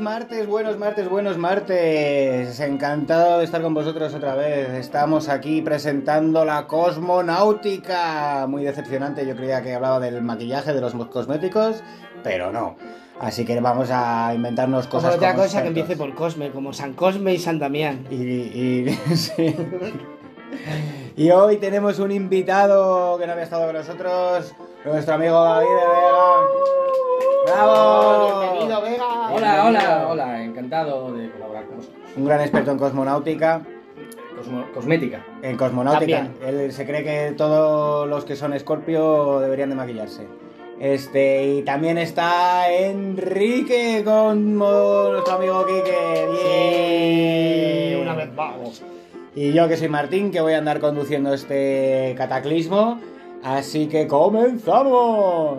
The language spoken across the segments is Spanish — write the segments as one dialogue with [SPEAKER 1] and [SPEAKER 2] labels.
[SPEAKER 1] martes, buenos martes, buenos martes. Encantado de estar con vosotros otra vez. Estamos aquí presentando la cosmonáutica. Muy decepcionante, yo creía que hablaba del maquillaje, de los cosméticos, pero no. Así que vamos a inventarnos
[SPEAKER 2] Como
[SPEAKER 1] cosas.
[SPEAKER 2] otra
[SPEAKER 1] como
[SPEAKER 2] cosa que
[SPEAKER 1] expertos.
[SPEAKER 2] empiece por Cosme, como San Cosme y San Damián.
[SPEAKER 1] Y, y- sí. Y hoy tenemos un invitado que no había estado con nosotros, nuestro amigo David de Vega. ¡Bravo!
[SPEAKER 2] Bienvenido, Vega.
[SPEAKER 3] Hola,
[SPEAKER 1] Bienvenido.
[SPEAKER 3] hola, hola, encantado de colaborar con vosotros.
[SPEAKER 1] Un gran experto en cosmonáutica.
[SPEAKER 3] Cosmo- cosmética.
[SPEAKER 1] En cosmonáutica. Él se cree que todos los que son Scorpio deberían de maquillarse. Este, y también está Enrique con mo- nuestro amigo Quique.
[SPEAKER 2] Sí,
[SPEAKER 1] ¡Bien!
[SPEAKER 2] una vez vamos.
[SPEAKER 1] Y yo que soy Martín, que voy a andar conduciendo este cataclismo. Así que comenzamos.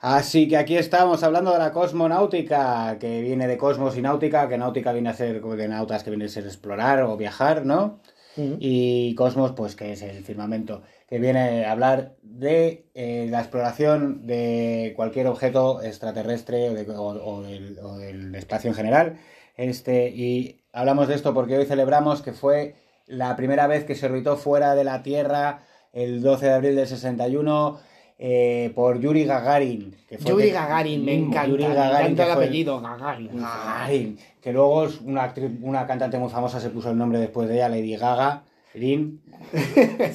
[SPEAKER 1] Así que aquí estamos hablando de la cosmonáutica, que viene de cosmos y náutica, que náutica viene a ser como de nautas, que viene a ser explorar o viajar, ¿no? Y cosmos, pues que es el firmamento, que viene a hablar de eh, la exploración de cualquier objeto extraterrestre o, de- o- o del, o del espacio en general. Este, y hablamos de esto porque hoy celebramos que fue la primera vez que se orbitó fuera de la Tierra el 12 de abril del 61 eh, por Yuri Gagarin. Que fue
[SPEAKER 2] Yuri
[SPEAKER 1] que-
[SPEAKER 2] Gagarin, me
[SPEAKER 1] Yuri
[SPEAKER 2] encanta. me
[SPEAKER 1] Gagarin,
[SPEAKER 2] encanta
[SPEAKER 1] que
[SPEAKER 2] el
[SPEAKER 1] fue Ah,
[SPEAKER 2] apellido, Gagarin.
[SPEAKER 1] Gagarin, que luego es una, actriz- una cantante muy famosa se puso el nombre después de ella, Lady Gaga. Rin,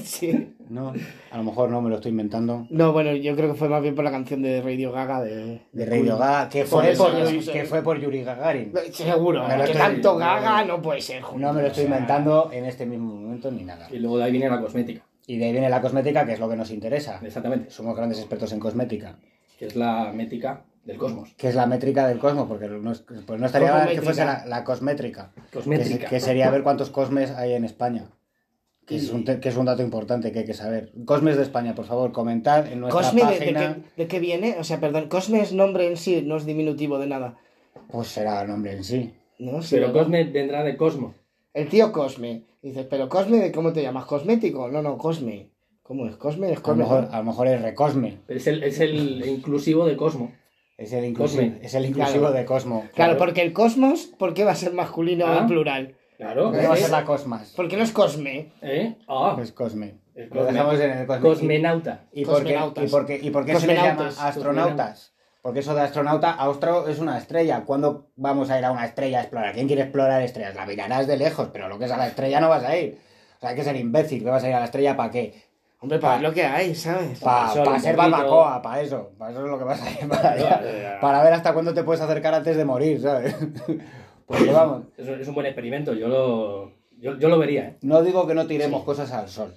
[SPEAKER 2] Sí.
[SPEAKER 1] no, a lo mejor no me lo estoy inventando.
[SPEAKER 2] No, bueno, yo creo que fue más bien por la canción de Radio Gaga de...
[SPEAKER 1] De Radio Gaga, que
[SPEAKER 2] Por
[SPEAKER 1] fue,
[SPEAKER 2] eso,
[SPEAKER 1] por,
[SPEAKER 2] por
[SPEAKER 1] Yuri-
[SPEAKER 2] eso.
[SPEAKER 1] que fue por Yuri Gagarin.
[SPEAKER 2] Seguro,
[SPEAKER 1] Me lo
[SPEAKER 2] que
[SPEAKER 1] estoy-
[SPEAKER 2] tanto Gaga no puede ser. Julio.
[SPEAKER 1] No me lo estoy
[SPEAKER 2] O sea,
[SPEAKER 1] inventando en este mismo momento ni nada.
[SPEAKER 3] Y luego de ahí viene la cosmética.
[SPEAKER 1] Y de ahí viene la cosmética, que es lo que nos interesa.
[SPEAKER 3] Exactamente.
[SPEAKER 1] Somos grandes expertos en cosmética,
[SPEAKER 3] Que es la métrica del cosmos.
[SPEAKER 1] que es la métrica del cosmos, porque no, es- pues no estaría mal que
[SPEAKER 2] Cosmométrica.
[SPEAKER 1] fuese la, la cosmétrica. Que, se-
[SPEAKER 3] Cosmétrica.
[SPEAKER 1] que sería ver cuántos cosmes hay en España. Que es, un, te- que es un dato importante que hay que saber. Cosmes de España, por favor, comentad en nuestra
[SPEAKER 2] Cosme, de- de,
[SPEAKER 1] página.
[SPEAKER 2] qué, ¿de qué viene? O sea, perdón, Cosme es nombre en sí, no es diminutivo de nada.
[SPEAKER 1] Pues será el nombre en sí.
[SPEAKER 2] No, sí,
[SPEAKER 3] Pero
[SPEAKER 2] ¿verdad?
[SPEAKER 3] cosme vendrá de cosmo.
[SPEAKER 2] El tío Cosme. Dices, pero Cosme, ¿de cómo te llamas? ¿Cosmético? No, no, Cosme. ¿Cómo es? ¿Cosme? Es
[SPEAKER 1] A lo
[SPEAKER 2] Cosme.
[SPEAKER 1] mejor, a lo mejor es recosme.
[SPEAKER 3] Es el, es el inclusivo de cosmo.
[SPEAKER 1] Es el inclusivo,
[SPEAKER 3] Cosme.
[SPEAKER 1] es el inclusivo
[SPEAKER 2] Claro.
[SPEAKER 1] de Cosmo.
[SPEAKER 2] Claro, porque el cosmos, ¿por qué va a ser masculino
[SPEAKER 3] Ah.
[SPEAKER 2] en plural?
[SPEAKER 1] No
[SPEAKER 3] Claro.
[SPEAKER 1] va a
[SPEAKER 3] ¿eh?
[SPEAKER 1] ser la Pues, Cosmas.
[SPEAKER 2] Porque no es Cosme.
[SPEAKER 3] ¿Eh? Ah,
[SPEAKER 1] Es Cosme.
[SPEAKER 3] el
[SPEAKER 1] Lo
[SPEAKER 3] cosme.
[SPEAKER 1] dejamos en el Cosme.
[SPEAKER 3] Cosmenauta.
[SPEAKER 1] ¿Y, y por qué,
[SPEAKER 2] Cosmenautas.
[SPEAKER 1] y por qué- y por qué se le llama
[SPEAKER 2] Cosmenautas,
[SPEAKER 1] astronautas? Porque eso de astronauta, austro es una estrella. ¿Cuándo vamos a ir a una estrella a explorar? ¿Quién quiere explorar estrellas? La mirarás de lejos, pero lo que es a la estrella no vas a ir. O sea, hay que ser imbécil, que vas a ir a la estrella para qué?
[SPEAKER 2] Hombre, para ver lo que hay, ¿sabes?
[SPEAKER 1] Para
[SPEAKER 3] Para sol, un
[SPEAKER 1] ser
[SPEAKER 3] poquito.
[SPEAKER 1] barbacoa, para eso. Para eso es lo que vas a ir para allá. Para ver hasta cuándo te puedes acercar antes de morir, ¿sabes? Porque vamos.
[SPEAKER 3] Es, es un buen experimento. Yo lo, yo, yo lo vería, ¿eh?
[SPEAKER 1] No digo que no tiremos cosas al sol.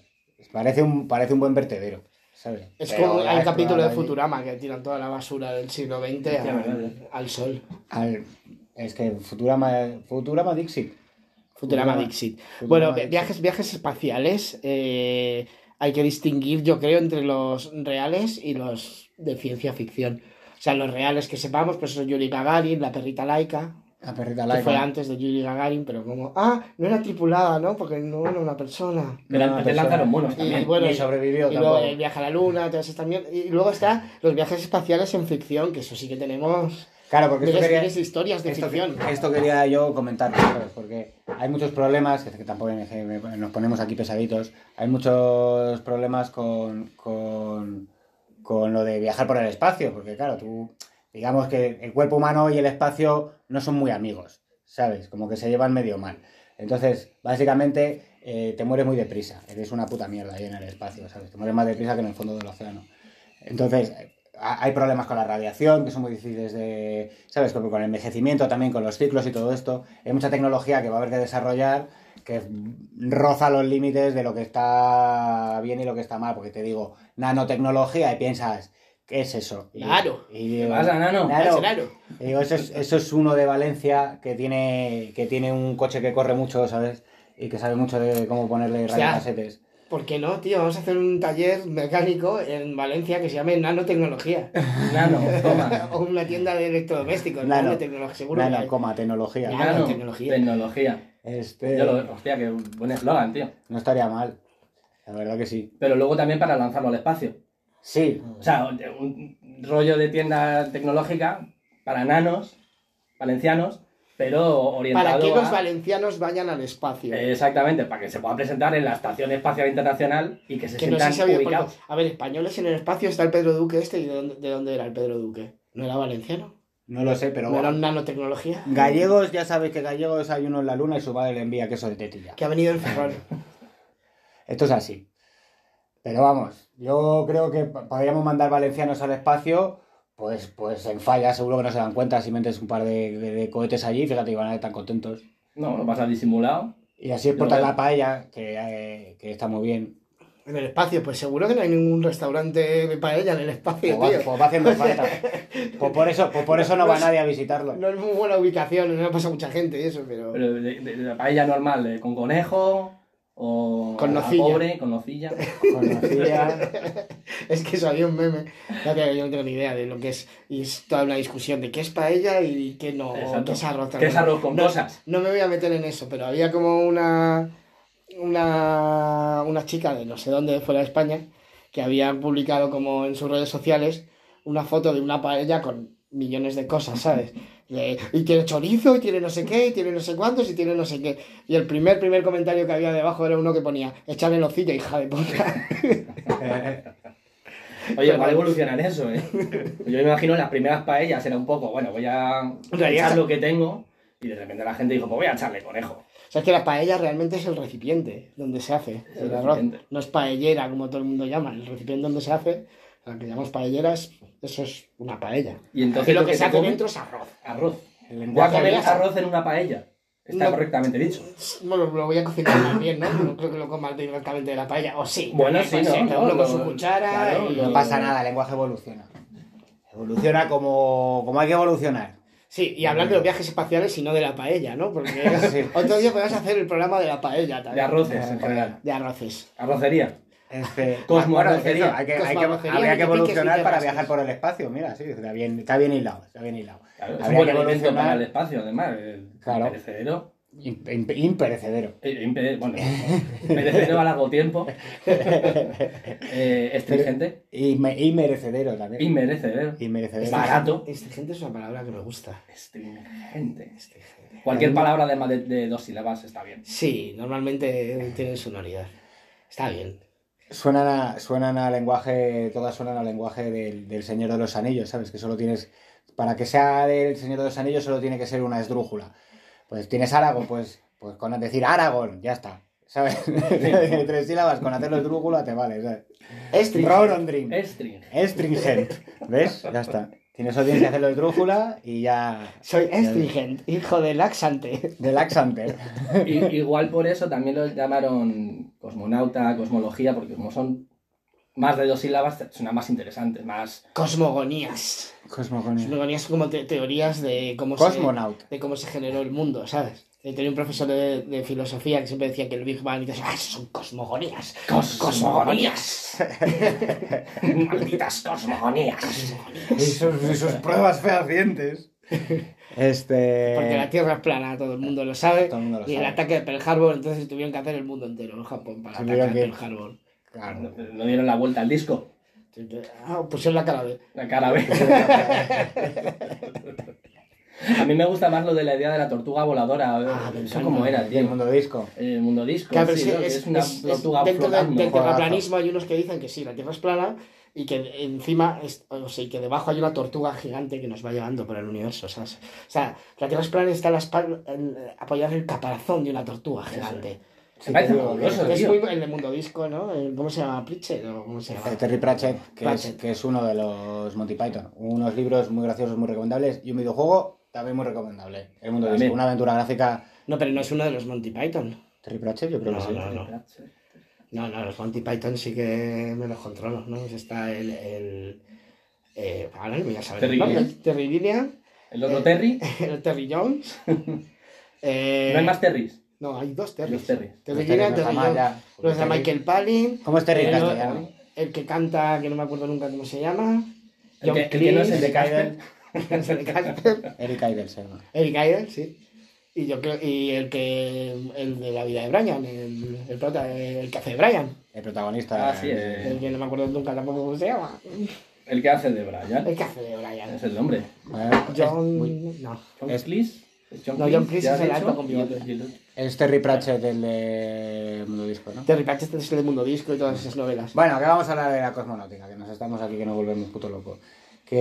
[SPEAKER 1] Parece un, parece un buen vertedero, ¿sabes?
[SPEAKER 2] Es
[SPEAKER 1] Pero
[SPEAKER 2] como
[SPEAKER 1] la
[SPEAKER 2] el
[SPEAKER 1] vez
[SPEAKER 2] capítulo de
[SPEAKER 1] probada allí-
[SPEAKER 2] Futurama que tiran toda la basura del siglo XX a-
[SPEAKER 3] Ya, verdad.
[SPEAKER 2] al sol.
[SPEAKER 1] al- es que Futurama, Futurama Dixit.
[SPEAKER 2] Futurama
[SPEAKER 1] Futurama.
[SPEAKER 2] Dixit.
[SPEAKER 1] Futurama
[SPEAKER 2] Bueno, vi-
[SPEAKER 1] Dixit.
[SPEAKER 2] viajes, viajes espaciales eh, hay que distinguir, yo creo, entre los reales y los de ciencia ficción. O sea, los reales que sepamos, pues son Yuri Gagarin, la perrita laica,
[SPEAKER 1] La perrita
[SPEAKER 2] que fue
[SPEAKER 1] laica.
[SPEAKER 2] antes de Yuri Gagarin, pero como... Ah, no era tripulada, ¿no? Porque no era una persona.
[SPEAKER 3] Te,
[SPEAKER 1] No,
[SPEAKER 3] lan-
[SPEAKER 1] no,
[SPEAKER 3] te
[SPEAKER 1] persona.
[SPEAKER 3] lanzaron monos
[SPEAKER 2] Y
[SPEAKER 3] también.
[SPEAKER 2] bueno,
[SPEAKER 1] Ni sobrevivió
[SPEAKER 2] y luego
[SPEAKER 1] tampoco.
[SPEAKER 2] el viaje a la luna, todas estas también. Y luego está los viajes espaciales en ficción, que eso sí que tenemos.
[SPEAKER 1] Claro, porque esto
[SPEAKER 2] miles y
[SPEAKER 1] quería,
[SPEAKER 2] miles de historias de
[SPEAKER 1] esto,
[SPEAKER 2] ficción.
[SPEAKER 1] esto quería yo comentar, ¿sabes? porque hay muchos problemas, que que tampoco es que me- nos ponemos aquí pesaditos, hay muchos problemas con, con, con lo de viajar por el espacio, porque claro, tú, digamos que el cuerpo humano y el espacio no son muy amigos, ¿sabes? Como que se llevan medio mal. Entonces, básicamente, eh, te mueres muy deprisa, eres una puta mierda ahí en el espacio, ¿sabes? Te mueres más deprisa que en el fondo del océano. Entonces, eh, ha- hay problemas con la radiación, que son muy difíciles de, ¿sabes? Como con el envejecimiento también, con los ciclos y todo esto. Hay mucha tecnología que va a haber que desarrollar que roza los límites de lo que está bien y lo que está mal, porque te digo, nanotecnología y piensas, ¿qué es eso? Y-
[SPEAKER 2] Claro.
[SPEAKER 1] Y digo,
[SPEAKER 3] pasa, nano?
[SPEAKER 1] Claro.
[SPEAKER 2] Claro.
[SPEAKER 1] Y digo, eso es, eso es uno de Valencia que tiene, que tiene un coche que corre mucho, ¿sabes? Y que sabe mucho de cómo ponerle
[SPEAKER 2] Hostia.
[SPEAKER 1] radiocasetes.
[SPEAKER 2] ¿Por qué no, tío? Vamos a hacer un taller mecánico en Valencia que se llame Nanotecnología.
[SPEAKER 3] Nano, toma.
[SPEAKER 2] o una tienda de electrodomésticos.
[SPEAKER 1] Nano.
[SPEAKER 2] Nanotecnología, seguro. que
[SPEAKER 1] Nano,
[SPEAKER 2] hay.
[SPEAKER 1] coma, tecnología.
[SPEAKER 2] Claro.
[SPEAKER 3] Nano,
[SPEAKER 2] tecnología.
[SPEAKER 3] Tecnología.
[SPEAKER 1] Este,
[SPEAKER 3] Yo lo- hostia, qué buen eslogan, tío.
[SPEAKER 1] No estaría mal. La verdad que sí.
[SPEAKER 3] Pero luego también para lanzarlo al espacio.
[SPEAKER 1] Sí,
[SPEAKER 3] O sea, un rollo de tienda tecnológica para nanos, valencianos, pero orientado
[SPEAKER 2] Para que los
[SPEAKER 3] a-
[SPEAKER 2] valencianos vayan al espacio.
[SPEAKER 3] Eh, Exactamente, para que se pueda presentar en la Estación Espacial Internacional y que se
[SPEAKER 2] que no
[SPEAKER 3] sientan
[SPEAKER 2] se sabía por qué.
[SPEAKER 3] ubicados.
[SPEAKER 2] A ver, españoles en el espacio está el Pedro Duque este. ¿Y de dónde, de dónde era el Pedro Duque? ¿No era valenciano?
[SPEAKER 1] no lo sé, pero
[SPEAKER 2] ¿No era un nanotecnología?
[SPEAKER 1] Gallegos, ya sabes que gallegos hay uno en la luna y su madre le envía queso de tetilla.
[SPEAKER 2] Que ha venido el Ferrol.
[SPEAKER 1] Esto es así. Pero vamos, yo creo que p- podríamos mandar valencianos al espacio, pues, pues en falla, seguro que no se dan cuenta si metes un par de, de- de cohetes allí, fíjate, y van a estar contentos.
[SPEAKER 3] No, lo vas a disimulado.
[SPEAKER 1] Y así es
[SPEAKER 3] Yo
[SPEAKER 1] portar
[SPEAKER 3] veo.
[SPEAKER 1] la paella, que, eh, que está muy bien.
[SPEAKER 2] en el espacio, pues seguro que no hay ningún restaurante de paella en el espacio,
[SPEAKER 1] Pues va,
[SPEAKER 2] tío.
[SPEAKER 1] pues va haciendo falta. Pues por eso, pues por eso no va
[SPEAKER 2] No sé.
[SPEAKER 1] nadie a visitarlo.
[SPEAKER 2] No es muy buena ubicación, no pasa mucha gente y eso, pero.
[SPEAKER 3] Pero de, de- de la paella normal, eh, con conejo o
[SPEAKER 2] Con
[SPEAKER 3] a la
[SPEAKER 2] nocilla.
[SPEAKER 3] pobre, con nocilla.
[SPEAKER 1] Conocía.
[SPEAKER 2] Es que eso había un meme. Ya te- yo no tengo ni idea de lo que es. Y es toda una discusión de qué es paella y qué no.
[SPEAKER 3] Exacto.
[SPEAKER 2] Qué es arroz. tal
[SPEAKER 3] Que es
[SPEAKER 2] cual.
[SPEAKER 3] arroz con
[SPEAKER 2] No,
[SPEAKER 3] cosas.
[SPEAKER 2] No me voy a meter en eso, pero había como una. Una, una chica de no sé dónde, fuera de España, que había publicado como en sus redes sociales una foto de una paella con millones de cosas, ¿sabes? De- y tiene chorizo, y tiene no sé qué, y tiene no sé cuántos, y tiene no sé qué. Y el primer, primer comentario que había debajo era uno que ponía, echarle locilla, hija de puta.
[SPEAKER 3] Oye, va a evolucionar eso, ¿eh? Yo me imagino las primeras paellas era un poco, bueno, voy a
[SPEAKER 2] realidad-
[SPEAKER 3] echar lo que tengo. Y de repente la gente dijo, pues voy a echarle conejo.
[SPEAKER 2] O sea, es que la paella realmente es el recipiente donde se hace
[SPEAKER 3] Es el
[SPEAKER 2] el arroz.
[SPEAKER 3] recipiente.
[SPEAKER 2] No es paellera, como todo el mundo llama. El recipiente donde se hace, la que llamamos paelleras, eso es una paella.
[SPEAKER 3] Y entonces
[SPEAKER 2] Y lo que se
[SPEAKER 3] te
[SPEAKER 2] hace
[SPEAKER 3] comes-
[SPEAKER 2] dentro es arroz.
[SPEAKER 3] Arroz.
[SPEAKER 1] El
[SPEAKER 3] Ya
[SPEAKER 1] lenguaje.
[SPEAKER 3] comer
[SPEAKER 2] verás.
[SPEAKER 3] arroz en una paella. Está
[SPEAKER 2] No.
[SPEAKER 3] correctamente dicho.
[SPEAKER 2] Bueno, lo voy a cocinar más bien, ¿no? No creo que lo comas directamente de la paella. O sí.
[SPEAKER 3] Bueno,
[SPEAKER 2] también
[SPEAKER 3] sí,
[SPEAKER 2] puede
[SPEAKER 3] ¿no?
[SPEAKER 2] ser, Cada
[SPEAKER 3] No,
[SPEAKER 2] uno con
[SPEAKER 3] lo-
[SPEAKER 2] su cuchara.
[SPEAKER 3] claro,
[SPEAKER 2] y-
[SPEAKER 1] No pasa nada, el lenguaje evoluciona. Evoluciona como, como hay que evolucionar.
[SPEAKER 2] Sí, y hablar de los viajes espaciales y no de la paella, ¿no? Porque
[SPEAKER 1] Sí.
[SPEAKER 2] otro día podemos hacer el programa de la paella
[SPEAKER 3] De
[SPEAKER 2] también.
[SPEAKER 3] arroces en general.
[SPEAKER 2] De arroces.
[SPEAKER 3] Arrocería.
[SPEAKER 1] Este,
[SPEAKER 3] Cosmo-
[SPEAKER 1] bueno, es eso,
[SPEAKER 3] arrocería.
[SPEAKER 1] hay que, hay que-
[SPEAKER 2] Cosmo-
[SPEAKER 1] habría que
[SPEAKER 2] arrocería, piques,
[SPEAKER 1] evolucionar
[SPEAKER 2] piques,
[SPEAKER 1] para
[SPEAKER 2] rascos.
[SPEAKER 1] viajar por el espacio. Mira, sí, está bien, está bien hilado, está bien hilado.
[SPEAKER 3] Claro, es un
[SPEAKER 1] Habría
[SPEAKER 3] buen
[SPEAKER 1] que
[SPEAKER 3] alimento para
[SPEAKER 1] evolucionar.
[SPEAKER 3] el espacio, además. el
[SPEAKER 1] Claro.
[SPEAKER 3] Perecedero.
[SPEAKER 1] Im- im- Imperecedero.
[SPEAKER 3] eh, impe- bueno, perecedero a largo tiempo. eh, estringente.
[SPEAKER 1] Y, me- y merecedero
[SPEAKER 3] Y
[SPEAKER 1] también.
[SPEAKER 3] merecedero.
[SPEAKER 1] Y merecedero.
[SPEAKER 3] Barato.
[SPEAKER 2] Estringente es una palabra que me gusta. Este
[SPEAKER 3] Estringente. Cualquier palabra de más de, de dos sílabas está bien.
[SPEAKER 2] Sí, normalmente tienen sonoridad. Está bien.
[SPEAKER 1] Suenan a, suenan a lenguaje, todas suenan a lenguaje del, del Señor de los Anillos, ¿sabes? Que solo tienes, para que sea del Señor de los Anillos solo tiene que ser una esdrújula. Pues tienes Aragón, pues, pues con decir Aragón, ya está, ¿sabes? Tres sílabas, con hacerlo esdrújula te vale, ¿sabes?
[SPEAKER 2] Estringente.
[SPEAKER 1] Rorondrin,
[SPEAKER 3] Estringente.
[SPEAKER 1] Estringent, ¿ves? Ya está. Tienes solo tienes que hacerlo esdrújula y ya...
[SPEAKER 2] Soy
[SPEAKER 1] ya-
[SPEAKER 2] estringente, hijo de laxante.
[SPEAKER 1] Relaxante.
[SPEAKER 3] I- igual por eso también los llamaron cosmonauta, cosmología, porque como son más de dos sílabas, suena más interesante, más...
[SPEAKER 2] Cosmogonías.
[SPEAKER 1] Cosmogonía.
[SPEAKER 2] Cosmogonías son como te- teorías de cómo, se,
[SPEAKER 1] Cosmonaut.
[SPEAKER 2] de cómo se generó el mundo, ¿sabes? Eh, Tenía un profesor de, de filosofía que siempre decía que el Big Bang y te decía, "Ah, son cosmogonías.
[SPEAKER 3] Cos-
[SPEAKER 2] Cosmogonías.
[SPEAKER 1] Eh,
[SPEAKER 3] Malditas cosmogonías.
[SPEAKER 1] Y sus, y sus pruebas fehacientes. Este...
[SPEAKER 2] Porque la Tierra es plana, todo el mundo lo sabe.
[SPEAKER 1] Todo el mundo lo
[SPEAKER 2] y el
[SPEAKER 1] sabe.
[SPEAKER 2] ataque de Pearl Harbor, entonces tuvieron que hacer el mundo entero en Japón para
[SPEAKER 1] Tuvieron
[SPEAKER 2] atacar
[SPEAKER 1] que-
[SPEAKER 2] Pearl Harbor.
[SPEAKER 1] Claro.
[SPEAKER 3] No, no dieron la vuelta al disco.
[SPEAKER 2] Ah, pusieron la cara de...
[SPEAKER 3] La cara B. A mí me gusta más lo de la idea de la tortuga voladora.
[SPEAKER 2] Ah, pero
[SPEAKER 3] eso
[SPEAKER 2] eso
[SPEAKER 3] como
[SPEAKER 2] no.
[SPEAKER 3] era,
[SPEAKER 1] Y el
[SPEAKER 3] tío.
[SPEAKER 1] mundo disco.
[SPEAKER 3] El mundo disco.
[SPEAKER 2] Claro, pero
[SPEAKER 3] Pues sí,
[SPEAKER 2] es que
[SPEAKER 3] ¿no? Que
[SPEAKER 2] es-
[SPEAKER 3] es, una
[SPEAKER 2] es- es-
[SPEAKER 3] tortuga
[SPEAKER 2] dentro de-
[SPEAKER 3] flotando.
[SPEAKER 2] del
[SPEAKER 1] jodazo.
[SPEAKER 2] terraplanismo hay unos que dicen que sí, la Tierra es plana y que encima, es- o sea, y que debajo hay una tortuga gigante que nos va llevando por el universo, ¿sabes? O sea, la Tierra es plana y está la espal- en- apoyada en el caparazón de una tortuga gigante.
[SPEAKER 3] Se parece
[SPEAKER 1] Sí, tío,
[SPEAKER 3] fabuloso,
[SPEAKER 2] es
[SPEAKER 3] tío.
[SPEAKER 2] muy el de mundo disco, ¿no? El- ¿Cómo se llama? Pritchett o cómo se llama?
[SPEAKER 1] Eh, Terry Pratchett, que es,
[SPEAKER 2] Pratchett.
[SPEAKER 1] que es uno de los Monty Python. Unos libros muy graciosos, muy recomendables. Y un videojuego también muy recomendable. El mundo
[SPEAKER 3] También.
[SPEAKER 1] disco. Una aventura gráfica.
[SPEAKER 2] No, pero no es uno de los Monty Python.
[SPEAKER 1] Terry Pratchett, yo creo
[SPEAKER 2] No,
[SPEAKER 1] que sí.
[SPEAKER 2] no, no. No, no, los Monty Python sí que me los controlo, ¿no? Está el... el eh, ahora no voy a saber
[SPEAKER 3] Terry
[SPEAKER 2] el nombre.
[SPEAKER 3] Gilliam.
[SPEAKER 2] Terry Gilliam.
[SPEAKER 3] El otro Terry.
[SPEAKER 2] el Terry Jones. Eh,
[SPEAKER 3] No hay más Terrys.
[SPEAKER 2] no, hay dos Terrys.
[SPEAKER 3] Dos Terrys.
[SPEAKER 2] Terry
[SPEAKER 1] Los Terry
[SPEAKER 2] Gilliam,
[SPEAKER 1] Este no
[SPEAKER 2] Terry
[SPEAKER 1] está mal,
[SPEAKER 2] Jones.
[SPEAKER 1] ya.
[SPEAKER 2] Los de
[SPEAKER 1] Terry-
[SPEAKER 2] Michael Eh, Palin.
[SPEAKER 1] ¿Cómo es Terry en
[SPEAKER 2] el,
[SPEAKER 1] castellano?
[SPEAKER 2] el que canta, que no me acuerdo nunca cómo se llama.
[SPEAKER 3] El que- el que no es el de Casper.
[SPEAKER 2] Casper.
[SPEAKER 1] Eric Idle se llama.
[SPEAKER 2] Eric Idle, sí. Y yo creo, y el que el de la vida de Brian, el, el prota, el que hace Brian,
[SPEAKER 1] El protagonista.
[SPEAKER 3] Ah, sí,
[SPEAKER 1] eh,
[SPEAKER 2] el que no me acuerdo nunca tampoco cómo se llama.
[SPEAKER 3] El que hace de Brian.
[SPEAKER 2] El que hace de Brian.
[SPEAKER 3] Es el nombre.
[SPEAKER 1] eh, es muy-
[SPEAKER 2] John. No.
[SPEAKER 3] John
[SPEAKER 1] Es-
[SPEAKER 3] Cleese. ¿Es John
[SPEAKER 2] No, John
[SPEAKER 3] Cleese,
[SPEAKER 2] Cleese
[SPEAKER 3] ya
[SPEAKER 2] es
[SPEAKER 3] has
[SPEAKER 2] el
[SPEAKER 3] dicho?
[SPEAKER 2] alto con bigote.
[SPEAKER 3] Y- y-
[SPEAKER 1] es Terry Pratchett del de Mundo Disco, ¿no?
[SPEAKER 2] Terry Pratchett es el de Mundo Disco y todas esas novelas.
[SPEAKER 1] Bueno, que vamos a hablar de la cosmonáutica, que nos estamos aquí que nos volvemos puto loco.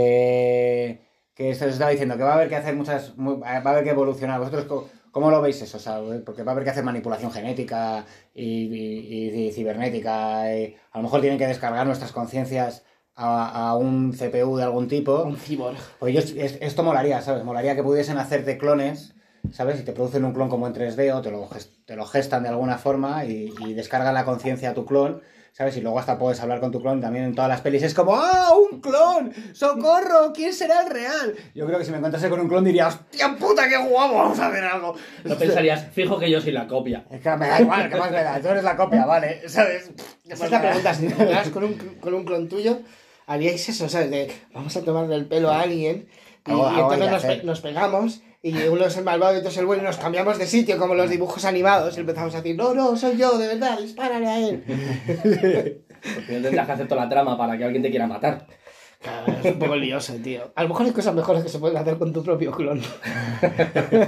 [SPEAKER 1] Que, que se os estaba diciendo que va a haber que hacer muchas. mu- eh, Va a haber que evolucionar. ¿Vosotros co- cómo lo veis eso? O sea, eh, porque va a haber que hacer manipulación genética y, y- y- y cibernética. y a lo mejor tienen que descargar nuestras conciencias a, a un CPU de algún tipo.
[SPEAKER 2] Un cyborg.
[SPEAKER 1] Pues yo, es- esto molaría, ¿sabes? Molaría que pudiesen hacerte clones, ¿sabes? Si te producen un clon como en 3D o te lo, ges- te lo gestan de alguna forma y, y descargan la conciencia a tu clon, ¿sabes? Y luego hasta puedes hablar con tu clon también en todas las pelis. Es como, ¡ah, un clon! ¡Socorro! ¿Quién será el real? Yo creo que si me encontrase con un clon diría, ¡hostia puta, qué guapo! Vamos a ver algo.
[SPEAKER 3] No pensarías, fijo que yo soy la copia.
[SPEAKER 1] Es que me da igual, ¿qué más me da? Tú eres la copia, ¿vale? ¿Sabes? ¿Qué más
[SPEAKER 2] Esa es la
[SPEAKER 1] me da?
[SPEAKER 2] pregunta. Si te encontraras con un, con un clon tuyo, haríais eso, ¿sabes? De vamos a tomar del pelo a alguien y,
[SPEAKER 1] Algo-
[SPEAKER 2] y
[SPEAKER 1] algo hay
[SPEAKER 2] entonces
[SPEAKER 1] que
[SPEAKER 2] nos, pe-
[SPEAKER 1] hacer.
[SPEAKER 2] nos pegamos y uno es el malvado y otro es el bueno y nos cambiamos de sitio como
[SPEAKER 1] Mm.
[SPEAKER 2] los dibujos animados y empezamos a decir, no, no, soy yo, de verdad, dispárale a él.
[SPEAKER 3] Porque Pues no tendrás que hacer toda la trama para que alguien te quiera matar.
[SPEAKER 2] Claro, es un poco lioso, tío. A lo mejor hay cosas mejores que se pueden hacer con tu propio clon.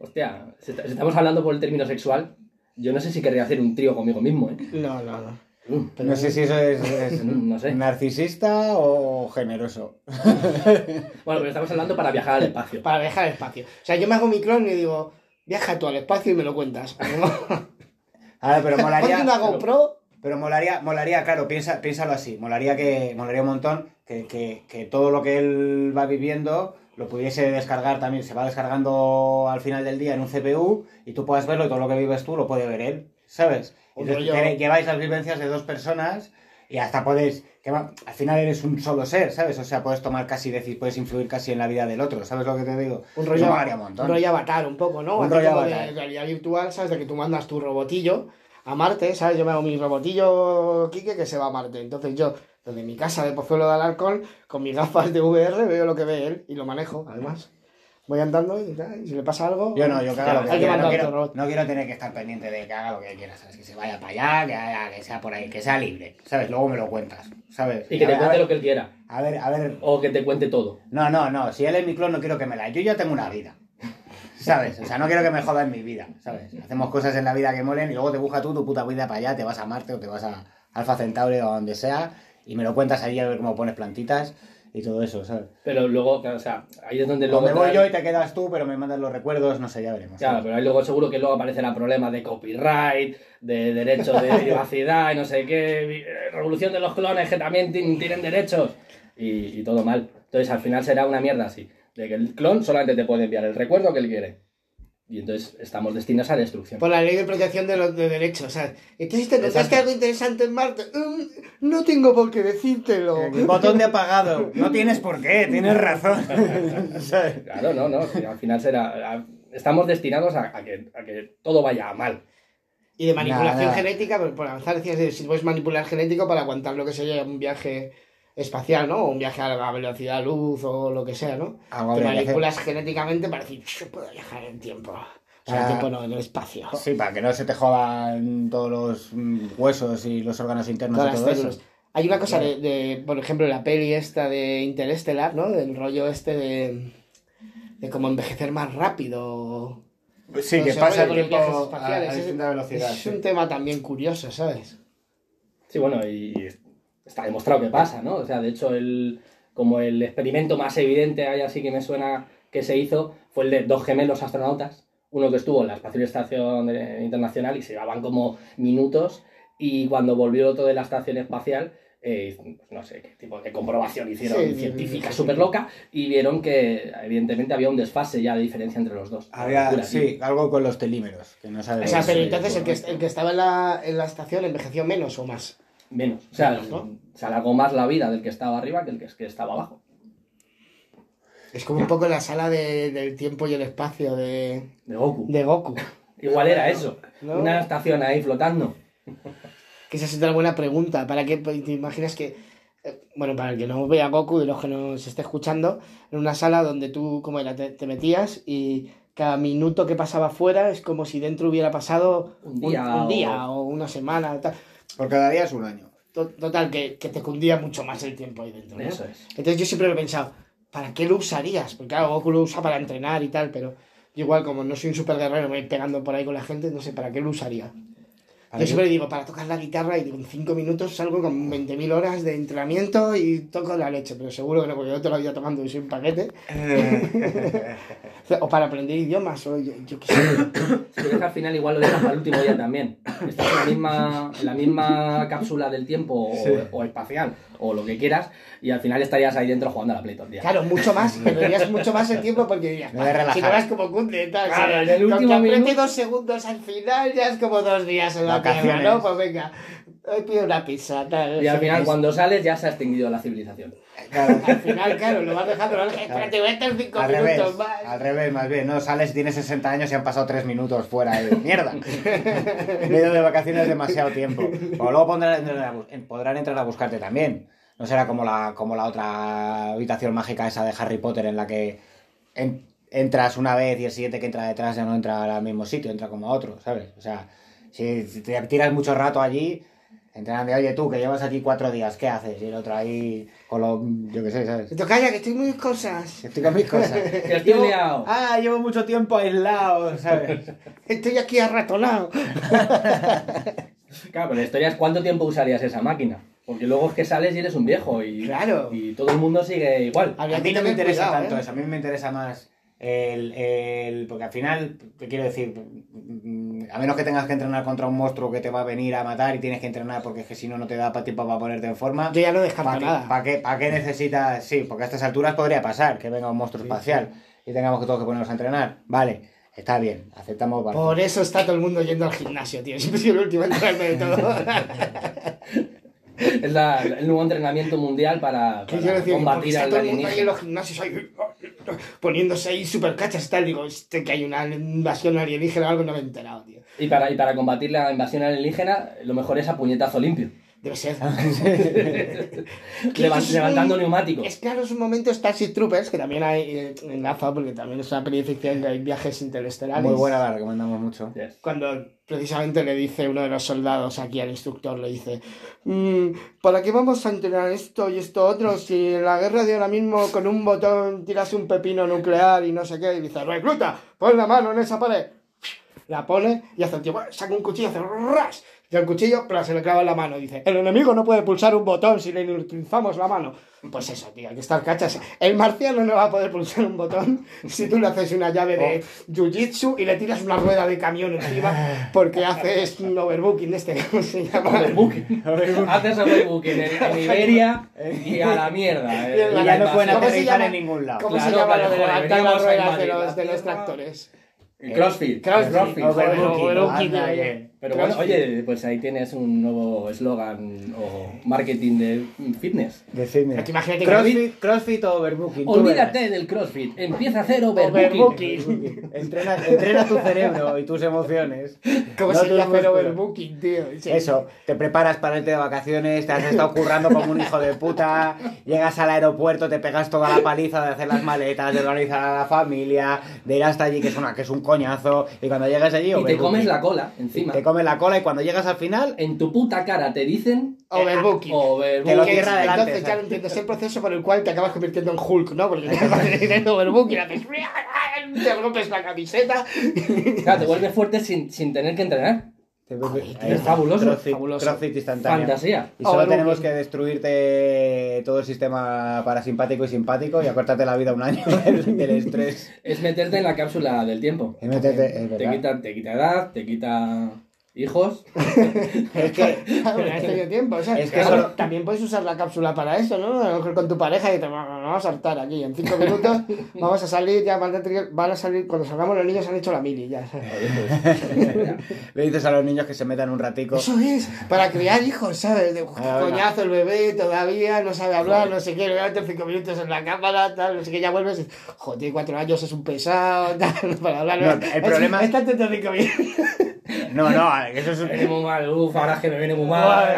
[SPEAKER 3] Hostia, si est- si estamos hablando por el término sexual, yo no sé si querría hacer un trío conmigo mismo, ¿eh?
[SPEAKER 2] No, no, no.
[SPEAKER 3] Mm,
[SPEAKER 1] No sé si eso es, es
[SPEAKER 3] No sé.
[SPEAKER 1] narcisista o generoso.
[SPEAKER 3] Bueno, pero estamos hablando para viajar al espacio.
[SPEAKER 2] Para viajar al espacio. O sea, yo me hago mi clon y digo, viaja tú al espacio y me lo cuentas.
[SPEAKER 1] A ver, pero molaría...
[SPEAKER 2] Ponte una GoPro.
[SPEAKER 1] Pero molaría, molaría, claro, piensa, piénsalo así, molaría que, molaría un montón que, que- que todo lo que él va viviendo lo pudiese descargar también, se va descargando al final del día en un CPU y tú puedas verlo y todo lo que vives tú lo puede ver él, ¿sabes?
[SPEAKER 2] Un
[SPEAKER 1] Entonces,
[SPEAKER 2] rollo-
[SPEAKER 1] lle- lleváis las vivencias de dos personas y hasta podéis, que va- al final eres un solo ser, ¿sabes? O sea, puedes tomar casi, deci- puedes influir casi en la vida del otro, ¿sabes lo que te digo?
[SPEAKER 2] Un
[SPEAKER 1] Eso
[SPEAKER 2] rollo,
[SPEAKER 1] molaría un montón.
[SPEAKER 2] un rollo avatar, un poco, ¿no?
[SPEAKER 1] Un
[SPEAKER 2] Así
[SPEAKER 1] rollo
[SPEAKER 2] como
[SPEAKER 1] avatar.
[SPEAKER 2] de realidad virtual, ¿sabes? De que tú mandas tu robotillo a Marte, ¿sabes? Yo me hago mi robotillo, Quique, que se va a Marte. Entonces yo, desde mi casa de Pozuelo de Alarcón, con mis gafas de VR, veo lo que ve él y lo manejo, además. Voy andando y, tal, y si le pasa algo...
[SPEAKER 1] Yo no, yo que haga lo que
[SPEAKER 2] Hay
[SPEAKER 1] quiera. No
[SPEAKER 2] mandar otro
[SPEAKER 1] quiero,
[SPEAKER 2] robot.
[SPEAKER 1] no quiero tener que estar pendiente de que haga lo que quiera, ¿sabes? Que se vaya para allá, que, haga- que sea por ahí, que sea libre, ¿sabes? Luego me lo cuentas, ¿sabes?
[SPEAKER 3] Y que
[SPEAKER 1] a, ver,
[SPEAKER 3] te cuente
[SPEAKER 1] a,
[SPEAKER 3] lo
[SPEAKER 1] ver,
[SPEAKER 3] que él quiera.
[SPEAKER 1] a ver, a ver.
[SPEAKER 3] O que te cuente todo.
[SPEAKER 1] No, no, no. Si él es mi clon, no quiero que me la. Yo ya tengo una vida, ¿sabes? O sea, no quiero que me jodan mi vida, ¿sabes? Hacemos cosas en la vida que molen y luego te busca tú tu puta vida para allá, te vas a Marte o te vas a Alfa Centauri o a donde sea y me lo cuentas ahí a ver cómo pones plantitas y todo eso, ¿sabes?
[SPEAKER 3] Pero luego, claro, o sea, ahí es donde
[SPEAKER 1] O
[SPEAKER 3] luego...
[SPEAKER 1] me voy
[SPEAKER 3] trae-
[SPEAKER 1] yo y te quedas tú, pero me mandas los recuerdos, no sé, ya veremos.
[SPEAKER 3] Claro,
[SPEAKER 1] ¿sabes?
[SPEAKER 3] pero ahí luego seguro que luego aparecerá problemas de copyright, de derechos de privacidad y no sé qué, eh, revolución de los clones que también tin- tienen derechos y, y todo mal. Entonces al final será una mierda así, de que el clon solamente te puede enviar el recuerdo que él quiere. Y entonces estamos destinados a destrucción.
[SPEAKER 2] Por la ley de protección de los de derechos, ¿sabes? Entonces te
[SPEAKER 3] Exacto.
[SPEAKER 2] encontraste algo interesante en Marte. Mm, No tengo por qué decírtelo.
[SPEAKER 1] El Botón de apagado. No tienes por qué, tienes razón. ¿Sabes?
[SPEAKER 3] Claro, no, no, que al final será... a- estamos destinados a, a que, a que todo vaya a mal.
[SPEAKER 2] Y de manipulación
[SPEAKER 1] Nada.
[SPEAKER 2] genética, por, por avanzar, decías, de si puedes manipular genético para aguantar lo que sería un viaje espacial, ¿no? O un viaje a la velocidad luz o lo que sea, ¿no?
[SPEAKER 1] Algo habría
[SPEAKER 2] Te
[SPEAKER 1] Ah, que hacer.
[SPEAKER 2] manipulas genéticamente para decir, yo puedo viajar en el tiempo. O sea, en
[SPEAKER 1] Ah.
[SPEAKER 2] el tiempo no, en el espacio.
[SPEAKER 1] Sí, para que no se te jodan todos los mm, huesos y los órganos internos
[SPEAKER 2] Todas
[SPEAKER 1] y
[SPEAKER 2] las
[SPEAKER 1] todo
[SPEAKER 2] células.
[SPEAKER 1] eso.
[SPEAKER 2] Hay una cosa de, de, por ejemplo, la peli esta de Interestelar, ¿no? Del rollo este de, de cómo envejecer más rápido.
[SPEAKER 1] Sí,
[SPEAKER 2] Todo
[SPEAKER 1] que
[SPEAKER 2] ese
[SPEAKER 1] pasa
[SPEAKER 2] rollo
[SPEAKER 1] el
[SPEAKER 2] con los
[SPEAKER 1] tiempo
[SPEAKER 2] viajes
[SPEAKER 1] a,
[SPEAKER 2] espaciales.
[SPEAKER 1] a
[SPEAKER 2] Es-
[SPEAKER 1] distinta velocidad.
[SPEAKER 2] Es
[SPEAKER 1] sí.
[SPEAKER 2] un tema también curioso, ¿sabes?
[SPEAKER 3] Sí, bueno, y y está demostrado que pasa, ¿no? O sea, de hecho, el, como el experimento más evidente, ahí así que me suena que se hizo, fue el de dos gemelos astronautas. Uno que estuvo en la Espacio- Estación eh, Internacional y se llevaban como minutos. Y cuando volvió otro de la Estación Espacial, eh, pues no sé qué tipo de comprobación hicieron
[SPEAKER 2] Sí, sí, sí,
[SPEAKER 3] científica
[SPEAKER 2] sí.
[SPEAKER 3] súper loca y vieron que, evidentemente, había un desfase ya de diferencia entre los dos.
[SPEAKER 1] Había,
[SPEAKER 3] Locura,
[SPEAKER 1] sí, algo con los telímeros, que no sabes.
[SPEAKER 2] O sea,
[SPEAKER 1] si-
[SPEAKER 2] pero entonces el que,
[SPEAKER 1] bueno,
[SPEAKER 2] el que estaba en la, en la estación envejeció menos o más.
[SPEAKER 3] Menos. O sea,
[SPEAKER 2] ¿No?
[SPEAKER 3] se alargó más la vida del que estaba arriba que el que, que estaba abajo.
[SPEAKER 2] Es como un poco la sala de- del tiempo y el espacio de,
[SPEAKER 3] De Goku.
[SPEAKER 2] de Goku.
[SPEAKER 3] Igual era eso.
[SPEAKER 2] No.
[SPEAKER 3] Una estación ahí flotando.
[SPEAKER 2] Que esa es otra buena pregunta. ¿Para qué te imaginas que.? eh, Bueno, para el que no vea Goku, de los que nos esté escuchando, en una sala donde tú, como era, te, te metías y cada minuto que pasaba fuera es como si dentro hubiera pasado
[SPEAKER 3] Un día o-
[SPEAKER 2] día o una semana. Tal.
[SPEAKER 4] Por cada día es un año.
[SPEAKER 2] To- Total, que, que te cundía mucho más el tiempo ahí dentro. ¿no?
[SPEAKER 3] Eso es.
[SPEAKER 2] Entonces yo siempre lo he pensado, ¿para qué lo usarías? Porque claro, Goku lo usa para entrenar y tal, pero yo igual como no soy un super guerrero, me voy pegando por ahí con la gente, no sé, ¿para qué lo usaría?
[SPEAKER 1] Para
[SPEAKER 2] Yo
[SPEAKER 1] mí-
[SPEAKER 2] siempre digo, para tocar la guitarra y digo, en 5 minutos salgo con 20.000 horas de entrenamiento y toco la leche, pero seguro que no, porque yo toda la vida tomando y soy un paquete. o para aprender idiomas, o yo, yo qué sé.
[SPEAKER 3] Yo creo que al final igual lo dejas para el último día también. Estás en la misma, en la misma cápsula del tiempo o, o espacial o lo que quieras y al final estarías ahí dentro jugando a la Play todo el día.
[SPEAKER 2] Claro, mucho más, perderías mucho más el tiempo porque dirías,
[SPEAKER 1] Me voy a
[SPEAKER 2] "Bah,
[SPEAKER 1] relajar".
[SPEAKER 2] si no vas como cunde, tal.
[SPEAKER 3] Claro,
[SPEAKER 2] o sea,
[SPEAKER 3] en el
[SPEAKER 2] con
[SPEAKER 3] último
[SPEAKER 2] que apriete
[SPEAKER 3] minuto-
[SPEAKER 2] dos segundos al final ya es como dos días en la tierra,
[SPEAKER 1] Vacaciones.
[SPEAKER 2] ¿no? Pues venga, hoy pido una pizza, tal.
[SPEAKER 3] Y al
[SPEAKER 2] ¿sabes?
[SPEAKER 3] final cuando sales ya se ha extinguido la civilización.
[SPEAKER 2] Al final, claro, lo vas dejando, lo vas dejando, espérate, voy a estar cinco
[SPEAKER 1] Al
[SPEAKER 2] minutos
[SPEAKER 1] revés,
[SPEAKER 2] más.
[SPEAKER 1] al revés, más bien. No, sales y tienes 60 años y han pasado 3 minutos fuera. eh. ¡Mierda! Me he ido de vacaciones demasiado tiempo. O luego pondrán- entrar a bus- podrán, entrar a buscarte también. No será como la, como la otra habitación mágica esa de Harry Potter en la que en- entras una vez y el siguiente que entra detrás ya no entra al mismo sitio, entra como a otro, ¿sabes? O sea, si si te tiras mucho rato allí... Entran de, oye tú, que llevas aquí cuatro días, ¿qué haces? Y el otro ahí con lo... yo qué sé, ¿sabes?
[SPEAKER 2] Entonces, calla, que estoy muy cosas.
[SPEAKER 1] Estoy con mis cosas.
[SPEAKER 3] Que estoy
[SPEAKER 1] Llevo-
[SPEAKER 3] liado.
[SPEAKER 1] Ah, llevo mucho tiempo aislado, ¿sabes?
[SPEAKER 2] Estoy aquí arratonado.
[SPEAKER 3] Claro, pero la historia es cuánto tiempo usarías esa máquina. Porque luego es que sales y eres un viejo y,
[SPEAKER 2] Claro.
[SPEAKER 3] y todo el mundo sigue igual.
[SPEAKER 1] A
[SPEAKER 2] Habría
[SPEAKER 1] mí
[SPEAKER 2] que
[SPEAKER 1] no me
[SPEAKER 2] tener
[SPEAKER 1] interesa
[SPEAKER 2] cuidado,
[SPEAKER 1] tanto
[SPEAKER 2] ¿eh?
[SPEAKER 1] eso, a mí me interesa más el, el- Porque al final, te quiero decir, mm, a menos que tengas que entrenar contra un monstruo que te va a venir a matar y tienes que entrenar porque es que si no, no te da pa- tiempo para ponerte en forma.
[SPEAKER 2] Yo ya no
[SPEAKER 1] ¿Para
[SPEAKER 2] descarto
[SPEAKER 1] qué,
[SPEAKER 2] nada.
[SPEAKER 1] pa' qué- pa' qué necesitas? Sí, porque a estas alturas podría pasar que venga un monstruo espacial y tengamos que todos que ponernos a entrenar. Vale, está bien, aceptamos. vale.
[SPEAKER 2] Por eso está todo el mundo yendo al gimnasio, tío. Siempre soy el último en entrarme de todo.
[SPEAKER 3] Es la- el nuevo entrenamiento mundial para,
[SPEAKER 2] Que
[SPEAKER 3] para
[SPEAKER 2] yo decía, porque
[SPEAKER 3] combatir
[SPEAKER 2] está
[SPEAKER 3] al
[SPEAKER 2] todo el mundo ahí en
[SPEAKER 3] alienígena.
[SPEAKER 2] los gimnasios ahí, poniéndose ahí super cachas y tal. Digo, este, que hay una invasión alienígena o algo, no me he enterado, tío.
[SPEAKER 3] Y para, y para combatir la invasión alienígena, lo mejor es a puñetazo limpio.
[SPEAKER 2] Debe ser.
[SPEAKER 3] Levan-
[SPEAKER 2] Es un-
[SPEAKER 3] levantando neumáticos.
[SPEAKER 2] Es claro, es un momento Starship Troopers, que también hay eh, enlaza, porque también es una peli de ficción que hay viajes interestelares.
[SPEAKER 1] Muy buena, la recomendamos mucho.
[SPEAKER 3] Yes.
[SPEAKER 2] Cuando precisamente le dice uno de los soldados aquí al instructor, le dice, "Mm, ¿para qué vamos a entrenar esto y esto otro si en la guerra de ahora mismo con un botón tiras un pepino nuclear y no sé qué? Y dice, recluta, pon la mano en esa pared. La pone y hace el tío, "Buah", saca un cuchillo, hace ras, y el cuchillo, pero se le clava en la mano. Dice, el enemigo no puede pulsar un botón si le inutilizamos la mano. Pues eso, tío, hay que estar cachas. El marciano no va a poder pulsar un botón si tú le haces una llave de
[SPEAKER 1] Oh.
[SPEAKER 2] jiu-jitsu y le tiras una rueda de camión encima
[SPEAKER 1] Ah.
[SPEAKER 2] porque haces un overbooking de este, ¿cómo se llama?
[SPEAKER 3] Overbooking. Haces overbooking en, en Iberia y a la mierda. eh.
[SPEAKER 1] Y ya no pueden aterrizar en ningún lado.
[SPEAKER 2] ¿Cómo
[SPEAKER 3] Claro,
[SPEAKER 2] se llama
[SPEAKER 3] claro,
[SPEAKER 2] lo de
[SPEAKER 3] joder,
[SPEAKER 2] levantar las
[SPEAKER 3] veníamos a
[SPEAKER 2] ruedas de
[SPEAKER 3] invadir
[SPEAKER 2] los,
[SPEAKER 3] la
[SPEAKER 2] de los
[SPEAKER 3] Tierra.
[SPEAKER 2] crossfit
[SPEAKER 3] Y Crossfit.
[SPEAKER 2] Crossfit,
[SPEAKER 3] Crossfit.
[SPEAKER 2] joder,
[SPEAKER 1] Overbooking,
[SPEAKER 2] overbooking,
[SPEAKER 1] anda
[SPEAKER 2] eh.
[SPEAKER 1] bien.
[SPEAKER 3] Pero bueno,
[SPEAKER 2] Crossfit.
[SPEAKER 3] oye, pues ahí tienes un nuevo eslogan o marketing de fitness.
[SPEAKER 1] Decidme.
[SPEAKER 2] Pero tú imagínate que-
[SPEAKER 1] Crossfit, crossfit o overbooking. tú verás.
[SPEAKER 3] Olvídate del CrossFit, empieza a hacer overbooking.
[SPEAKER 2] Overbooking.
[SPEAKER 1] Entrena, entrena tu cerebro y tus emociones.
[SPEAKER 2] ¿Cómo
[SPEAKER 1] no
[SPEAKER 2] se
[SPEAKER 1] tus
[SPEAKER 2] llama el
[SPEAKER 1] músculos.
[SPEAKER 2] overbooking, tío? Sí.
[SPEAKER 1] Eso, te preparas para irte de vacaciones, te has estado currando como un hijo de puta, llegas al aeropuerto, te pegas toda la paliza de hacer las maletas, de organizar a la familia, de ir hasta allí, que es, una, que es un coñazo, y cuando llegas allí...
[SPEAKER 3] Y te
[SPEAKER 1] overbooking.
[SPEAKER 3] comes la cola encima.
[SPEAKER 1] Te comes la cola y cuando llegas al final...
[SPEAKER 3] En tu puta cara te dicen
[SPEAKER 2] Overbooking.
[SPEAKER 1] Te lo
[SPEAKER 3] overbooking.
[SPEAKER 1] cierra
[SPEAKER 2] Que es-
[SPEAKER 1] adelante,
[SPEAKER 2] Entonces,
[SPEAKER 1] ¿sabes?
[SPEAKER 2] claro, entiendes el proceso por el cual te acabas convirtiendo en Hulk, ¿no? Porque te vas haciendo overbooking, haces... te rompes la camiseta.
[SPEAKER 3] Claro, te vuelves fuerte sin, sin tener que entrenar.
[SPEAKER 1] Te-
[SPEAKER 2] Joder,
[SPEAKER 1] ahí está,
[SPEAKER 3] fabuloso,
[SPEAKER 1] crossfit,
[SPEAKER 2] fabuloso.
[SPEAKER 1] crossfit instantáneo.
[SPEAKER 3] Fantasía.
[SPEAKER 1] Y solo
[SPEAKER 2] Overbooking.
[SPEAKER 1] tenemos que destruirte todo el sistema parasimpático y simpático y acortarte la vida un año del, del estrés.
[SPEAKER 3] Es meterte en la cápsula del tiempo.
[SPEAKER 1] Y métete- es
[SPEAKER 3] Te
[SPEAKER 1] verdad.
[SPEAKER 3] quita, te quita edad, te quita hijos.
[SPEAKER 1] Es que
[SPEAKER 2] Pero has tenido este tiempo, o sea,
[SPEAKER 1] Es que
[SPEAKER 2] claro,
[SPEAKER 1] solo-
[SPEAKER 2] también puedes usar la cápsula para eso, ¿no? A lo mejor con tu pareja y te "Bueno, vamos a saltar aquí en cinco minutos, vamos a salir, ya van a, tener- van a salir, cuando salgamos los niños han hecho la mili, ya.
[SPEAKER 1] le dices a los niños que se metan un ratico.
[SPEAKER 2] Eso es, para criar hijos, ¿sabes? De,
[SPEAKER 1] Ah, venga.
[SPEAKER 2] coñazo el bebé todavía, no sabe hablar, no sé qué, le voy a meter cinco minutos en la cámara, tal, no sé qué, ya vuelves y, joder, tiene cuatro años, es un pesado, tal, para hablar.
[SPEAKER 1] No, el problema-
[SPEAKER 2] Está atento cinco minutos.
[SPEAKER 1] No, no, eso es
[SPEAKER 3] Me viene
[SPEAKER 1] un...
[SPEAKER 3] muy mal, uff, ahora es que me viene muy mal.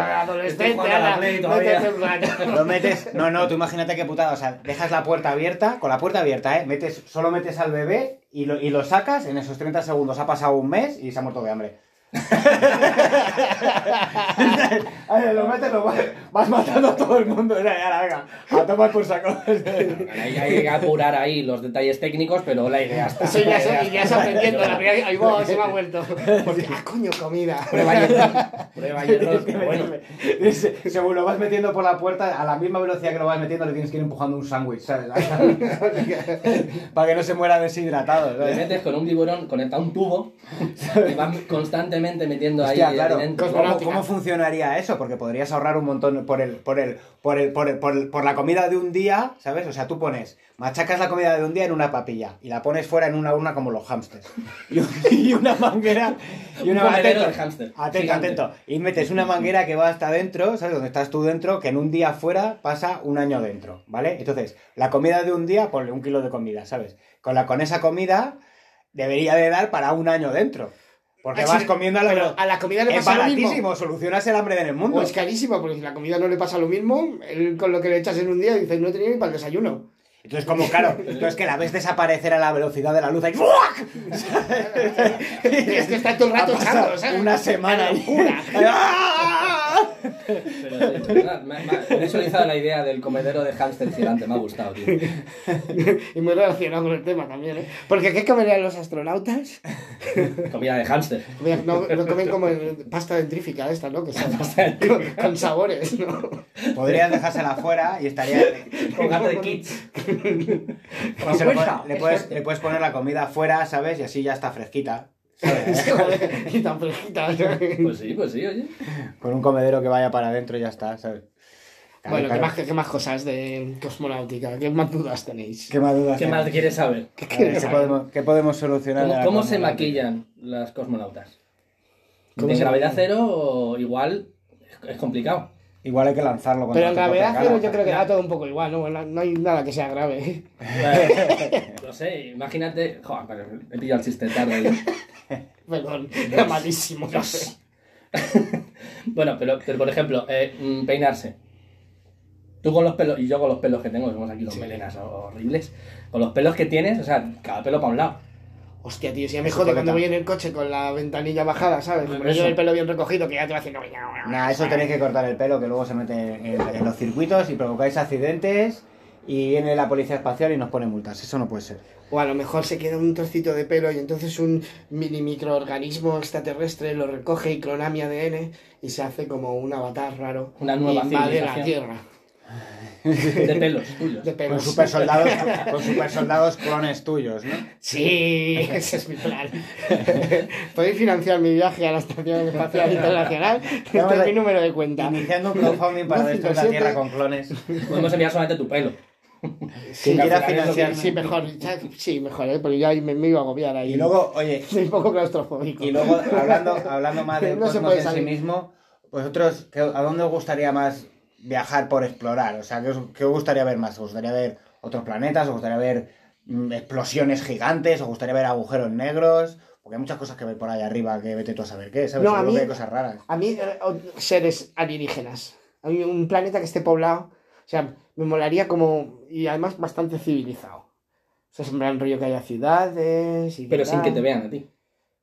[SPEAKER 3] Estoy
[SPEAKER 2] Adolescente,
[SPEAKER 3] jugando a la
[SPEAKER 2] ala,
[SPEAKER 3] Play todavía.
[SPEAKER 2] métete un rato.
[SPEAKER 1] Lo metes... No, no, tú imagínate qué putada. O sea, dejas la puerta abierta, con la puerta abierta, ¿eh? Metes, solo metes al bebé y lo, y lo sacas, en esos 30 segundos ha pasado un mes y se ha muerto de hambre. A ver, lo metes, lo vas, vas matando a todo el mundo. Venga, venga, venga, a tomar por saco.
[SPEAKER 3] Hay, hay que apurar ahí los detalles técnicos, pero la idea está.
[SPEAKER 2] Eso ya,
[SPEAKER 3] La
[SPEAKER 2] se,
[SPEAKER 3] idea
[SPEAKER 2] y ya
[SPEAKER 3] está.
[SPEAKER 2] se aprendiendo. La primera, ahí va, se me ha vuelto. Porque, ah, coño, comida.
[SPEAKER 3] Prueba hierros, prueba
[SPEAKER 1] Tienes
[SPEAKER 3] hierros,
[SPEAKER 1] que
[SPEAKER 3] pero bueno.
[SPEAKER 1] meterle- se- Según lo vas metiendo por la puerta, a la misma velocidad que lo vas metiendo, le tienes que ir empujando un sándwich, ¿sabes? Para que no se muera deshidratado.
[SPEAKER 3] Te
[SPEAKER 1] ¿sabes?
[SPEAKER 3] metes con un tiburón, conecta un tubo y vas constantemente metiendo
[SPEAKER 1] Hostia,
[SPEAKER 3] ahí
[SPEAKER 1] claro.
[SPEAKER 3] alimento.
[SPEAKER 1] ¿Cómo, cómo funcionaría eso? Porque podrías ahorrar un montón por el, por el, por el, por el- por el- por la comida de un día, ¿sabes? O sea, tú pones, machacas la comida de un día en una papilla y la pones fuera en una urna como los hámsters. Y, un- y una manguera. Y una
[SPEAKER 3] Un monedero
[SPEAKER 1] atento,
[SPEAKER 3] de hámster,
[SPEAKER 1] Atento,
[SPEAKER 3] gigante.
[SPEAKER 1] atento. Y metes una manguera que va hasta adentro, ¿sabes? Donde estás tú dentro, que en un día fuera pasa un año dentro, ¿vale? Entonces, la comida de un día, ponle un kilo de comida, ¿sabes? Con, la, con esa comida debería de dar para un año dentro. Porque
[SPEAKER 2] Ah, sí,
[SPEAKER 1] vas comiendo a la
[SPEAKER 2] pero a la comida le
[SPEAKER 1] es
[SPEAKER 2] pasa lo Pues mismo.
[SPEAKER 1] baratísimo, solucionas el hambre en el mundo.
[SPEAKER 2] O es carísimo, porque si la comida no le pasa lo mismo, él con lo que le echas en un día dices, no tenía ni para el desayuno.
[SPEAKER 1] Entonces, como claro, entonces que la ves desaparecer a la velocidad de la luz, ahí ¡fuac!
[SPEAKER 2] Es que está todo el rato
[SPEAKER 1] Ha pasado
[SPEAKER 2] echando, ¿sabes?
[SPEAKER 1] Una semana. ¡Ah!
[SPEAKER 3] Pero, de verdad, Ah, me, me- me he solizado la idea del comedero de hámster gigante, me ha gustado, tío.
[SPEAKER 2] Y muy relacionado con el tema también, ¿eh? Porque ¿qué comerían los astronautas?
[SPEAKER 3] Comida de hámster.
[SPEAKER 2] Mira, No, no comen como en- pasta dentrífica esta, ¿no? Que sabe- con, con sabores, ¿no?
[SPEAKER 1] Podrías dejársela afuera y estaría.
[SPEAKER 3] Con gato de kids.
[SPEAKER 1] y se lo pon- le, puedes, le puedes poner la comida afuera, ¿sabes? Y así ya está fresquita. ¿sabes?
[SPEAKER 2] y tan fresquita. ¿no?
[SPEAKER 3] Pues sí, pues sí, oye.
[SPEAKER 1] Con un comedero que vaya para adentro y ya está, ¿sabes? Claro,
[SPEAKER 2] Bueno, ¿qué
[SPEAKER 1] claro.
[SPEAKER 2] más, ¿qué más cosas de cosmonáutica? ¿Qué más dudas tenéis?
[SPEAKER 1] ¿Qué más dudas
[SPEAKER 3] ¿Qué
[SPEAKER 1] tienes?
[SPEAKER 3] más quieres saber?
[SPEAKER 1] A ver, ¿qué podemos, qué podemos solucionar? de
[SPEAKER 3] ¿Cómo,
[SPEAKER 1] la
[SPEAKER 3] cómo se
[SPEAKER 1] comida?
[SPEAKER 3] maquillan las cosmonautas?
[SPEAKER 2] ¿Cómo
[SPEAKER 3] ¿En
[SPEAKER 2] se
[SPEAKER 3] gravedad cero o igual? es- Es complicado.
[SPEAKER 1] Igual hay que lanzarlo. contra
[SPEAKER 2] Pero en
[SPEAKER 1] tu propia
[SPEAKER 2] gravedad
[SPEAKER 1] cara,
[SPEAKER 2] cero yo
[SPEAKER 1] ¿sabes?
[SPEAKER 2] creo que da todo un poco igual, ¿no? No no hay nada que sea grave. ¿eh?
[SPEAKER 3] No sé, imagínate. Joder, pero he pillado el chiste tarde.
[SPEAKER 2] Perdón, era malísimo. no sé.
[SPEAKER 3] Bueno, pero, pero, por ejemplo, eh, mm, peinarse. Tú con los pelos, y yo con los pelos que tengo, somos aquí los melenas horribles. Con los pelos que tienes, o sea, cada pelo para un lado.
[SPEAKER 2] Hostia, tío, si ya me
[SPEAKER 1] Eso
[SPEAKER 2] jode
[SPEAKER 1] puede
[SPEAKER 2] cuando
[SPEAKER 1] tam-
[SPEAKER 2] voy en el coche con la ventanilla bajada, ¿sabes? Como yo
[SPEAKER 3] Eso.
[SPEAKER 2] el pelo bien recogido, que ya te va haciendo...
[SPEAKER 1] Nah, eso tenéis que cortar el pelo que luego se mete en, en los circuitos y provocáis accidentes y viene la policía espacial y nos pone multas. Eso no puede ser.
[SPEAKER 2] O a lo mejor se queda un trocito de pelo y entonces un mini microorganismo extraterrestre lo recoge y clona mi ADN y se hace como un avatar raro.
[SPEAKER 3] Una nueva
[SPEAKER 2] y invade la
[SPEAKER 3] civilización.
[SPEAKER 2] Tierra.
[SPEAKER 3] De pelos tuyos.
[SPEAKER 2] De
[SPEAKER 1] Con
[SPEAKER 2] pelos.
[SPEAKER 1] super soldados, con super soldados clones tuyos, ¿no?
[SPEAKER 2] Sí, ese es mi plan. Podéis financiar mi viaje a la Estación Espacial Internacional. Este
[SPEAKER 1] Vamos
[SPEAKER 2] es
[SPEAKER 1] a-
[SPEAKER 2] mi número de cuenta.
[SPEAKER 1] Iniciando un crowdfunding para destruir la
[SPEAKER 2] 257.
[SPEAKER 1] Tierra con clones.
[SPEAKER 3] Podemos enviar solamente tu pelo.
[SPEAKER 1] Quien quiera
[SPEAKER 3] al final es lo que-
[SPEAKER 1] financiar.
[SPEAKER 2] Sí, mejor, ya- sí, mejor, ¿eh? porque yo ahí me, me iba a agobiar ahí.
[SPEAKER 1] Y luego, oye,
[SPEAKER 2] Soy un poco claustrofóbico.
[SPEAKER 1] y luego hablando, hablando más del
[SPEAKER 2] No se
[SPEAKER 1] cosmos
[SPEAKER 2] puede
[SPEAKER 1] en sí
[SPEAKER 2] salir.
[SPEAKER 1] mismo, vosotros, ¿qué- ¿a dónde os gustaría más viajar por explorar? O sea, ¿qué os, qué os gustaría ver más? ¿Os gustaría ver otros planetas? ¿Os gustaría ver mm, explosiones gigantes? ¿Os gustaría ver agujeros negros? Porque hay muchas cosas que ver por ahí arriba que vete tú a saber qué, ¿sabes?
[SPEAKER 2] No, a
[SPEAKER 1] Seguro que
[SPEAKER 2] mí-
[SPEAKER 1] hay cosas raras.
[SPEAKER 2] A mí, eh, o- seres alienígenas. A mí, un planeta que esté poblado. O sea, me molaría como. Y además bastante civilizado. O sea, es un gran rollo que haya ciudades. Y
[SPEAKER 3] Pero sin
[SPEAKER 2] tal.
[SPEAKER 3] que te vean a ti.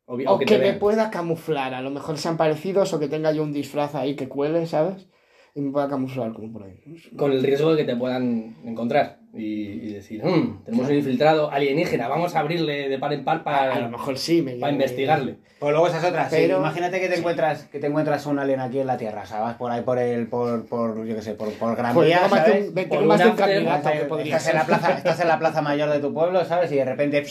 [SPEAKER 3] O, vi- o
[SPEAKER 2] O
[SPEAKER 3] que
[SPEAKER 2] que,
[SPEAKER 3] te
[SPEAKER 2] me
[SPEAKER 3] vean.
[SPEAKER 2] pueda camuflar. A lo mejor sean parecidos o que tenga yo un disfraz ahí que cuele, ¿sabes? Y me pueda camuflar como por ahí.
[SPEAKER 3] Con el riesgo de que te puedan encontrar. Y, y decir, "Mm, tenemos un infiltrado alienígena, vamos a abrirle de par en par
[SPEAKER 2] A lo
[SPEAKER 3] para,
[SPEAKER 2] mejor sí. Me
[SPEAKER 3] Ah, para investigarle.
[SPEAKER 1] Pues luego esas otras, sí.
[SPEAKER 2] Pero-
[SPEAKER 1] imagínate que te encuentras, que te encuentras un alien aquí en la Tierra, o sea, vas por ahí por el, por, por, yo qué sé, por, por Gran
[SPEAKER 2] Joder,
[SPEAKER 1] Vía,
[SPEAKER 2] tengo más de
[SPEAKER 1] ¿sabes?
[SPEAKER 2] un- tengo
[SPEAKER 3] Por
[SPEAKER 2] más de
[SPEAKER 3] un
[SPEAKER 2] un
[SPEAKER 3] after,
[SPEAKER 2] candidato
[SPEAKER 1] Estás,
[SPEAKER 2] que podría
[SPEAKER 1] estás en la
[SPEAKER 2] ser.
[SPEAKER 1] plaza, estás en la plaza mayor de tu pueblo, ¿sabes? Y de repente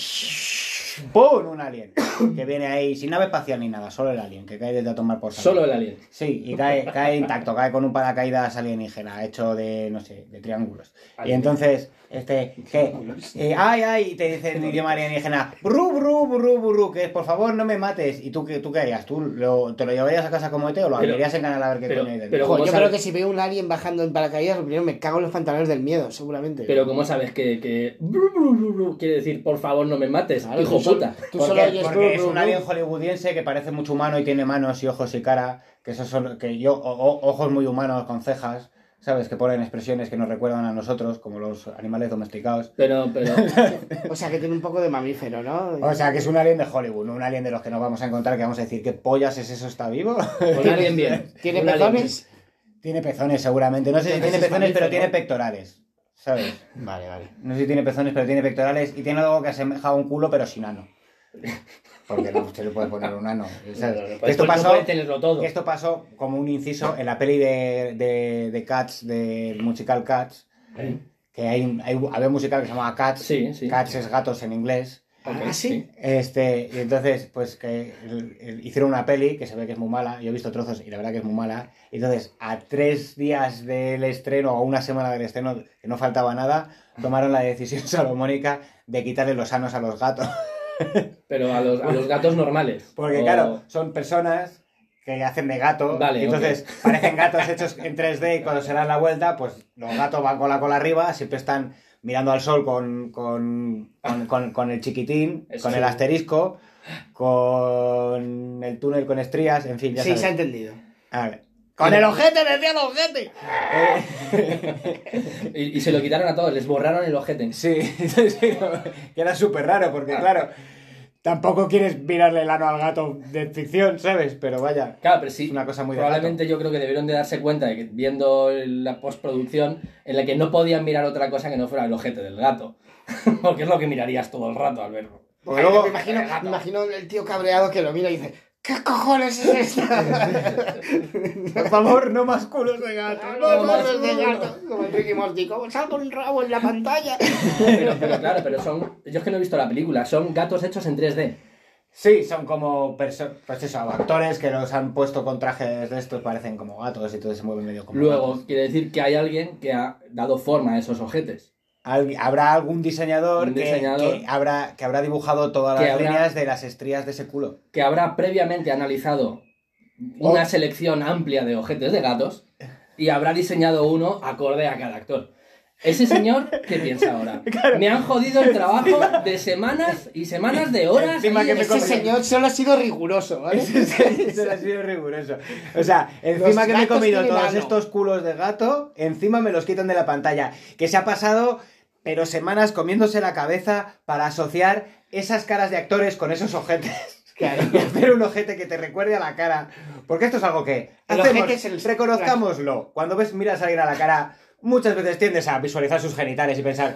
[SPEAKER 1] ¡pum! un alien que viene ahí sin nave espacial ni nada, solo el alien que cae desde a tomar por saco.
[SPEAKER 3] Solo el alien.
[SPEAKER 1] Sí, y cae, cae intacto, cae con un paracaídas alienígena hecho de, no sé, de triángulos. Y
[SPEAKER 3] Alien.
[SPEAKER 1] entonces, este, que, eh, ay, ay, y te dice en idioma alienígena, bru, bru, bru, bru, que es, por favor no me mates. ¿Y tú qué, tú qué harías? ¿Tú lo- te lo llevarías a casa como ET o lo
[SPEAKER 3] Pero-
[SPEAKER 1] abrirías en canal a ver qué
[SPEAKER 3] pero-
[SPEAKER 1] coño hay dentro?
[SPEAKER 3] pero-
[SPEAKER 2] Ojo,
[SPEAKER 3] como
[SPEAKER 2] yo
[SPEAKER 3] sabe-
[SPEAKER 2] creo que si veo un alien bajando en paracaídas, lo primero me cago en los pantalones del miedo, seguramente.
[SPEAKER 3] Pero ¿cómo sabes que, que bru, bru, bru, bru quiere decir por favor no me mates,
[SPEAKER 2] Claro,
[SPEAKER 3] hijo
[SPEAKER 2] tú sol-
[SPEAKER 3] puta?
[SPEAKER 2] Tú
[SPEAKER 1] porque
[SPEAKER 2] solo oyes
[SPEAKER 1] porque
[SPEAKER 2] bru,
[SPEAKER 1] es
[SPEAKER 2] bru,
[SPEAKER 1] un
[SPEAKER 2] bru.
[SPEAKER 1] alien hollywoodiense que parece mucho humano y tiene manos y ojos y cara, que esos son, que yo, o- o- ojos muy humanos con cejas, ¿sabes? Que ponen expresiones que nos recuerdan a nosotros, como los animales domesticados.
[SPEAKER 3] Pero, pero,
[SPEAKER 2] O sea, que tiene un poco de mamífero, ¿no?
[SPEAKER 1] O sea, que es un alien de Hollywood, no un alien de los que nos vamos a encontrar, que vamos a decir, ¿qué pollas es eso? ¿Está vivo?
[SPEAKER 3] con alguien bien.
[SPEAKER 2] ¿Tiene
[SPEAKER 3] Con alguien
[SPEAKER 2] pezones?
[SPEAKER 1] tiene pezones seguramente. No sé si
[SPEAKER 2] Entonces
[SPEAKER 1] tiene
[SPEAKER 2] es
[SPEAKER 1] pezones, pero
[SPEAKER 2] mamífero.
[SPEAKER 1] tiene pectorales, ¿sabes?
[SPEAKER 2] Vale, vale.
[SPEAKER 1] No sé si tiene pezones, pero tiene pectorales y tiene algo que asemeja a un culo, pero sin ano. Porque no se le puede poner un ano.
[SPEAKER 3] bien.
[SPEAKER 1] ¿sabes?
[SPEAKER 3] No, no, no,
[SPEAKER 1] Que esto
[SPEAKER 3] pues no
[SPEAKER 1] pasó,
[SPEAKER 3] puedes tenerlo todo.
[SPEAKER 1] que esto pasó como un inciso en la peli de, de, de Cats, del musical Cats,
[SPEAKER 3] ¿Eh?
[SPEAKER 1] que hay, un- hay, había un musical que se llamaba Cats.
[SPEAKER 3] Sí, sí.
[SPEAKER 1] Cats es gatos en inglés.
[SPEAKER 3] Ok,
[SPEAKER 2] Ah, sí.
[SPEAKER 1] Este, y entonces, pues que el- el- hicieron una peli que se ve que es muy mala. Yo he visto trozos y la verdad que es muy mala. Y entonces, a tres días del estreno o una semana del estreno, que no faltaba nada, tomaron la decisión salomónica de quitarle los sanos a los gatos.
[SPEAKER 3] Pero a los, a los gatos normales.
[SPEAKER 1] Porque,
[SPEAKER 3] O-
[SPEAKER 1] claro, son personas que hacen de gato.
[SPEAKER 3] Vale,
[SPEAKER 1] y entonces, parecen gatos hechos en 3D y cuando se dan la vuelta, pues los gatos van con la cola arriba, siempre están mirando al sol con, con, con, con- con el chiquitín,
[SPEAKER 3] Eso
[SPEAKER 1] con
[SPEAKER 3] sí.
[SPEAKER 1] el asterisco, con el túnel con estrías, en fin, ya
[SPEAKER 2] Sí, se ha
[SPEAKER 1] sabes.
[SPEAKER 2] entendido.
[SPEAKER 1] A ver. ¡Con el ojete, decía el ojete!
[SPEAKER 3] Y, y se lo quitaron a todos, les borraron el ojete.
[SPEAKER 1] Sí, sí, sí, no, que era súper raro, porque
[SPEAKER 3] Ah.
[SPEAKER 1] claro, tampoco quieres mirarle el ano al gato de ficción, ¿sabes? Pero vaya,
[SPEAKER 3] Claro, pero sí.
[SPEAKER 1] Es una cosa muy de
[SPEAKER 3] Probablemente yo creo que debieron de darse cuenta de que viendo la postproducción en la que no podían mirar otra cosa que no fuera el ojete del gato. Porque es lo que mirarías todo el rato al verlo.
[SPEAKER 1] Porque luego-
[SPEAKER 2] me, imagino, me imagino el tío cabreado que lo mira y dice, ¿qué cojones es esta?
[SPEAKER 1] por favor, no más culos de gato.
[SPEAKER 2] no, no, de gato. Como el Ricky Morty, como salgo un rabo en la pantalla.
[SPEAKER 3] Pero, pero claro, pero son. Yo es que no he visto la película, son gatos hechos en 3D.
[SPEAKER 1] Sí, son como perso- pues eso, actores que los han puesto con trajes de estos, parecen como gatos y todo se mueve medio como
[SPEAKER 3] Luego,
[SPEAKER 1] gatos.
[SPEAKER 3] quiere decir que hay alguien que ha dado forma a esos ojetes.
[SPEAKER 1] Al- habrá algún diseñador,
[SPEAKER 3] Un
[SPEAKER 1] que-
[SPEAKER 3] diseñador.
[SPEAKER 1] Que, habrá, que habrá dibujado todas
[SPEAKER 3] Que
[SPEAKER 1] las
[SPEAKER 3] habrá-
[SPEAKER 1] líneas de las estrías de ese culo.
[SPEAKER 3] Que habrá previamente analizado una
[SPEAKER 1] Oh.
[SPEAKER 3] selección amplia de ojetes de gatos y habrá diseñado uno acorde a cada actor. Ese señor, ¿qué piensa ahora? Me han jodido el trabajo de semanas y semanas de horas.
[SPEAKER 1] Encima
[SPEAKER 3] ahí
[SPEAKER 1] que
[SPEAKER 3] en
[SPEAKER 1] me
[SPEAKER 2] Este
[SPEAKER 3] ese
[SPEAKER 1] comen.
[SPEAKER 3] señor.
[SPEAKER 2] señor solo ha sido riguroso, ¿vale?
[SPEAKER 1] Eso ha sido riguroso. O sea, encima
[SPEAKER 2] Los
[SPEAKER 1] que me he
[SPEAKER 2] gatos
[SPEAKER 1] comido
[SPEAKER 2] tienen
[SPEAKER 1] todos
[SPEAKER 2] ano.
[SPEAKER 1] estos culos de gato, encima me los quitan de la pantalla. Que se ha pasado, pero semanas comiéndose la cabeza para asociar esas caras de actores con esos ojetes.
[SPEAKER 2] Claro.
[SPEAKER 1] Y hacer un ojete que te recuerde a la cara. Porque esto es algo que
[SPEAKER 2] El
[SPEAKER 1] hacemos,
[SPEAKER 2] ojete es el-
[SPEAKER 1] reconozcámoslo. Cuando ves, miras a alguien a la cara, muchas veces tiendes a visualizar sus genitales y pensar,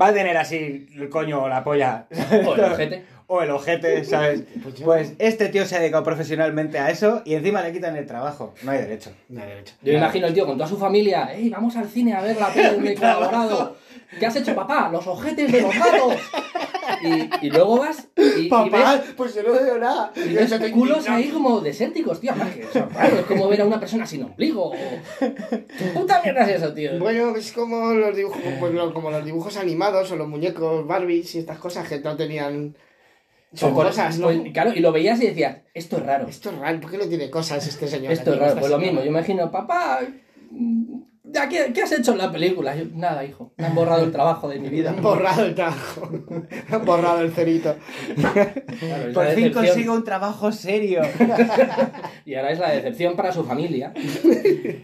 [SPEAKER 1] va a tener así el coño o la polla.
[SPEAKER 3] O el ojete.
[SPEAKER 1] O el ojete, ¿sabes?
[SPEAKER 2] Pues yo-
[SPEAKER 1] Pues este tío se ha dedicado profesionalmente a eso y encima le quitan el trabajo. No hay derecho.
[SPEAKER 2] No, de hecho.
[SPEAKER 3] Yo me imagino el tío con toda su familia, ¡Ey, vamos al cine a ver la peli de mi colaborado! ¿Qué has hecho, papá? ¡Los ojetes de los gatos! Y, y luego vas y, y
[SPEAKER 2] Papá,
[SPEAKER 3] ves,
[SPEAKER 2] pues yo no veo nada.
[SPEAKER 3] y
[SPEAKER 2] Yo
[SPEAKER 3] ves
[SPEAKER 2] estoy
[SPEAKER 3] culos
[SPEAKER 2] indignado.
[SPEAKER 3] ahí como desérticos, tío. Además, que eso es raro, es como ver a una persona sin ombligo. o- ¿Qué puta mierda es eso, tío?
[SPEAKER 2] Bueno, es como los dibujos, pues lo- como los dibujos animados o los muñecos Barbies y estas cosas que no tenían son
[SPEAKER 3] Pues,
[SPEAKER 2] cosas, ¿no?
[SPEAKER 3] pues, claro, y lo veías y decías, esto es raro.
[SPEAKER 2] Esto es raro, ¿por qué no tiene cosas este señor?
[SPEAKER 3] Esto es
[SPEAKER 2] Esta
[SPEAKER 3] raro. Pues lo
[SPEAKER 2] señora.
[SPEAKER 3] mismo, yo imagino, papá, ¿a ¿qué, qué has hecho en la película? Yo, Nada, hijo, me han borrado el trabajo de mi
[SPEAKER 2] Le
[SPEAKER 3] vida.
[SPEAKER 2] han borrado el trabajo. Le han borrado el cerito.
[SPEAKER 3] Claro,
[SPEAKER 2] Pues
[SPEAKER 3] es
[SPEAKER 1] Por
[SPEAKER 3] la
[SPEAKER 1] fin
[SPEAKER 3] decepción.
[SPEAKER 1] consigo un trabajo serio.
[SPEAKER 3] Y ahora es la decepción para su familia.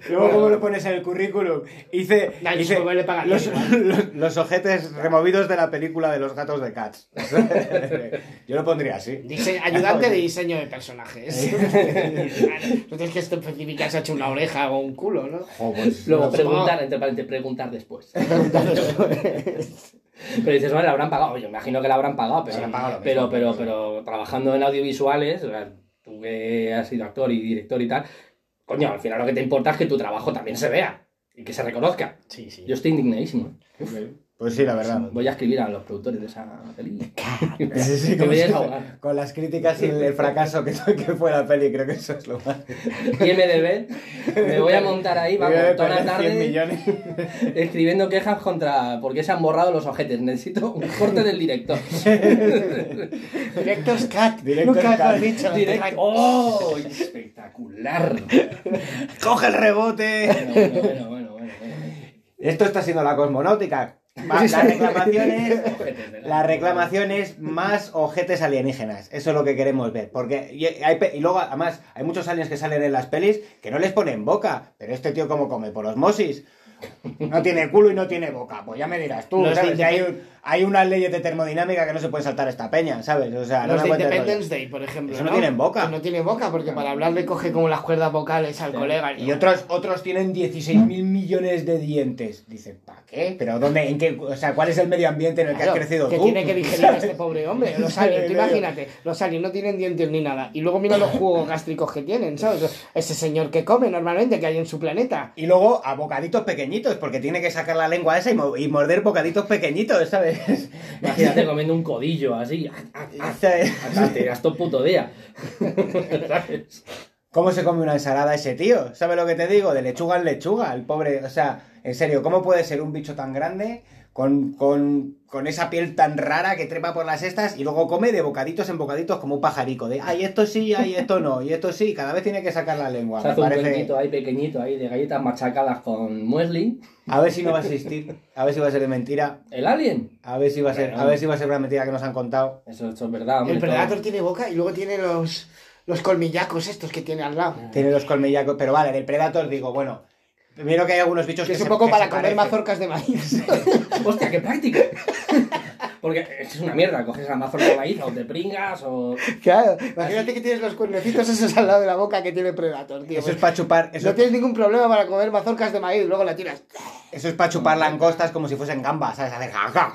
[SPEAKER 1] Luego, ¿cómo lo pones en el currículum? Hice,
[SPEAKER 2] Dale,
[SPEAKER 1] hice
[SPEAKER 2] su papá le paga
[SPEAKER 1] Ah, los,
[SPEAKER 2] bien,
[SPEAKER 1] los- los ojetes removidos de la película de los gatos de Cats. Yo lo pondría así.
[SPEAKER 2] Dise- ayudante de diseño de personajes. Vale, no tienes que especificar si ha hecho una oreja o un culo, ¿no?
[SPEAKER 1] Jo, pues,
[SPEAKER 3] Luego
[SPEAKER 2] No,
[SPEAKER 3] preguntar, entre paréntesis, preguntar después. Pero dices, vale, la habrán pagado. Yo imagino que la habrán pagado, pero,
[SPEAKER 1] Sí, habrán pagado lo
[SPEAKER 3] pero,
[SPEAKER 1] mismo,
[SPEAKER 3] pero,
[SPEAKER 1] sí.
[SPEAKER 3] pero trabajando en audiovisuales, o sea, tú que has sido actor y director y tal, coño, al final lo que te importa es que tu trabajo también se vea y que se reconozca.
[SPEAKER 2] Sí, sí.
[SPEAKER 3] Yo estoy indignadísimo.
[SPEAKER 1] pues sí, la verdad.
[SPEAKER 3] Voy a escribir a los productores de esa peli.
[SPEAKER 1] Sí, sí,
[SPEAKER 3] Me
[SPEAKER 1] como
[SPEAKER 3] voy a
[SPEAKER 1] si-
[SPEAKER 3] desahogar.
[SPEAKER 1] con las críticas y el, el fracaso que, que fue la peli, creo que eso es lo más.
[SPEAKER 3] IMDB, me voy a montar ahí, vamos,
[SPEAKER 1] Debe de
[SPEAKER 3] toda la
[SPEAKER 1] perder 100
[SPEAKER 3] tarde
[SPEAKER 1] millones.
[SPEAKER 3] escribiendo quejas contra porque se han borrado los ojetes. Necesito un corte del director.
[SPEAKER 2] Director's Cat.
[SPEAKER 1] Director's
[SPEAKER 2] Nunca lo
[SPEAKER 1] cut.
[SPEAKER 2] has dicho.
[SPEAKER 3] Directo. ¡Oh! Espectacular.
[SPEAKER 1] ¡Coge el rebote!
[SPEAKER 3] Bueno, bueno, bueno, bueno, bueno.
[SPEAKER 1] Esto está siendo la cosmonáutica. Ma- las reclamaciones.
[SPEAKER 3] Ojetes, ¿verdad?
[SPEAKER 1] Las reclamaciones más ojetes alienígenas. Eso es lo que queremos ver. Porque y, hay pe- y luego, además, hay muchos aliens que salen en las pelis que no les ponen boca. Pero este tío, como come? Por osmosis. No tiene culo y no tiene boca. Pues ya me dirás tú.
[SPEAKER 2] Los
[SPEAKER 1] ¿sabes?
[SPEAKER 2] de
[SPEAKER 1] Ya hay,
[SPEAKER 2] Independ-
[SPEAKER 1] un- hay unas leyes de termodinámica que no se pueden saltar esta peña, ¿sabes? O sea, Oh, no
[SPEAKER 2] Los
[SPEAKER 1] me
[SPEAKER 2] de
[SPEAKER 1] cuentes
[SPEAKER 2] Independence Day, por ejemplo.
[SPEAKER 1] Eso no tienen boca.
[SPEAKER 2] Que No tienen boca, porque para hablar le coge como las cuerdas vocales al
[SPEAKER 3] Sí.
[SPEAKER 2] colega.
[SPEAKER 1] rollo. Y otros, otros tienen 16 mil millones de dientes. Dicen, ¿para qué? ¿Pero dónde? ¿En qué? O sea, ¿cuál es el medio ambiente en el
[SPEAKER 2] Claro,
[SPEAKER 1] que has crecido
[SPEAKER 2] que
[SPEAKER 1] tú?
[SPEAKER 2] tiene que digerir a este pobre hombre. Los aliens, tú
[SPEAKER 1] Medio.
[SPEAKER 2] imagínate, los aliens no tienen dientes ni nada. Y luego mira los jugos gástricos que tienen, ¿sabes? Ese señor que come normalmente, que hay en su planeta.
[SPEAKER 1] Y luego a bocaditos pequeñitos, porque tiene que sacar la lengua esa y, mo- y morder bocaditos pequeñitos, ¿sabes?
[SPEAKER 3] Imagínate comiendo un codillo así.
[SPEAKER 1] ¿Sabes?
[SPEAKER 3] Hasta te gastas todo puto día. ¿Sabes?
[SPEAKER 1] ¿Cómo se come una ensalada ese tío? ¿Sabes lo que te digo? De lechuga en lechuga, el pobre. O sea, en serio, ¿cómo puede ser un bicho tan grande con, con, con esa piel tan rara que trepa por las cestas y luego come de bocaditos en bocaditos como un pajarico? De, ay, esto sí, ay, esto no, y esto sí, cada vez tiene que sacar la lengua.
[SPEAKER 3] Se
[SPEAKER 1] Me
[SPEAKER 3] hace un
[SPEAKER 1] parece...
[SPEAKER 3] cuenquito ahí pequeñito ahí de galletas machacadas con muesli.
[SPEAKER 1] A ver si no va a existir, a ver si va a ser de mentira,
[SPEAKER 3] ¿El alien?
[SPEAKER 1] a ver si va a ser, a ver si va a ser una mentira que nos han contado.
[SPEAKER 3] Eso, eso es verdad. hombre,
[SPEAKER 2] El Predator
[SPEAKER 3] todo.
[SPEAKER 2] tiene boca y luego tiene los, los colmillacos estos que tiene al lado.
[SPEAKER 1] Tiene los colmillacos, pero vale, del Predator digo, bueno, primero que hay algunos bichos
[SPEAKER 2] Que
[SPEAKER 1] que
[SPEAKER 2] es un
[SPEAKER 1] se-
[SPEAKER 2] poco
[SPEAKER 1] que
[SPEAKER 2] para
[SPEAKER 1] se parecen.
[SPEAKER 2] comer mazorcas de maíz.
[SPEAKER 3] ¡Hostia, qué práctica! Porque es una mierda. Coges la mazorca de maíz o te pringas o...
[SPEAKER 2] claro, imagínate que tienes los cuernecitos esos al lado de la boca que tiene Predator, tío.
[SPEAKER 1] Eso es para chupar, eso
[SPEAKER 2] No
[SPEAKER 1] es
[SPEAKER 2] tienes ningún problema para comer mazorcas de maíz, luego la tiras.
[SPEAKER 1] Eso es para chupar langostas como si fuesen gambas, ¿sabes? Hacer ja, ja,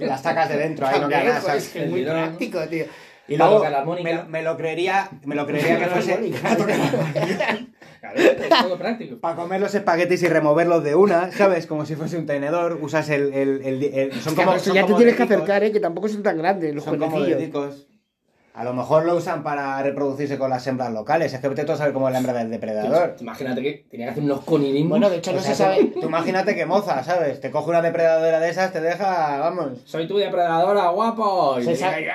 [SPEAKER 1] y las sacas de dentro, ahí no queda nada,
[SPEAKER 2] Joder,
[SPEAKER 1] ¿sabes?
[SPEAKER 2] es pues, que es muy
[SPEAKER 3] El tirón.
[SPEAKER 2] práctico, tío.
[SPEAKER 1] Y
[SPEAKER 3] Para
[SPEAKER 1] luego
[SPEAKER 3] tocar la armónica.
[SPEAKER 1] me, lo- me lo creería, me lo creería que
[SPEAKER 2] Para tocar la
[SPEAKER 1] fuese
[SPEAKER 2] armónica.
[SPEAKER 1] para tocar la armónica.
[SPEAKER 3] Claro, es todo práctico.
[SPEAKER 1] Para comer los espaguetis y removerlos de una, ¿sabes? Como si fuese un tenedor, usas el... el- el- el- son como, son
[SPEAKER 2] ya te
[SPEAKER 1] como
[SPEAKER 2] tienes que
[SPEAKER 1] dedicos,
[SPEAKER 2] acercar, eh, que tampoco son tan grandes los
[SPEAKER 1] Son como
[SPEAKER 2] cuernecillos.
[SPEAKER 1] dedicos. A lo mejor lo usan para reproducirse con las hembras locales. Es que vete tú a saber cómo es la hembra del depredador.
[SPEAKER 3] Imagínate que tenía que hacer unos coninismos.
[SPEAKER 2] Bueno, de hecho no
[SPEAKER 1] O sea,
[SPEAKER 2] se sabe.
[SPEAKER 1] Tú, tú imagínate que moza, ¿sabes? Te coge una depredadora de esas, te deja, vamos...
[SPEAKER 3] Soy tu depredadora, guapo. Y
[SPEAKER 2] Se
[SPEAKER 3] te "Ah".
[SPEAKER 2] sabe,
[SPEAKER 3] llega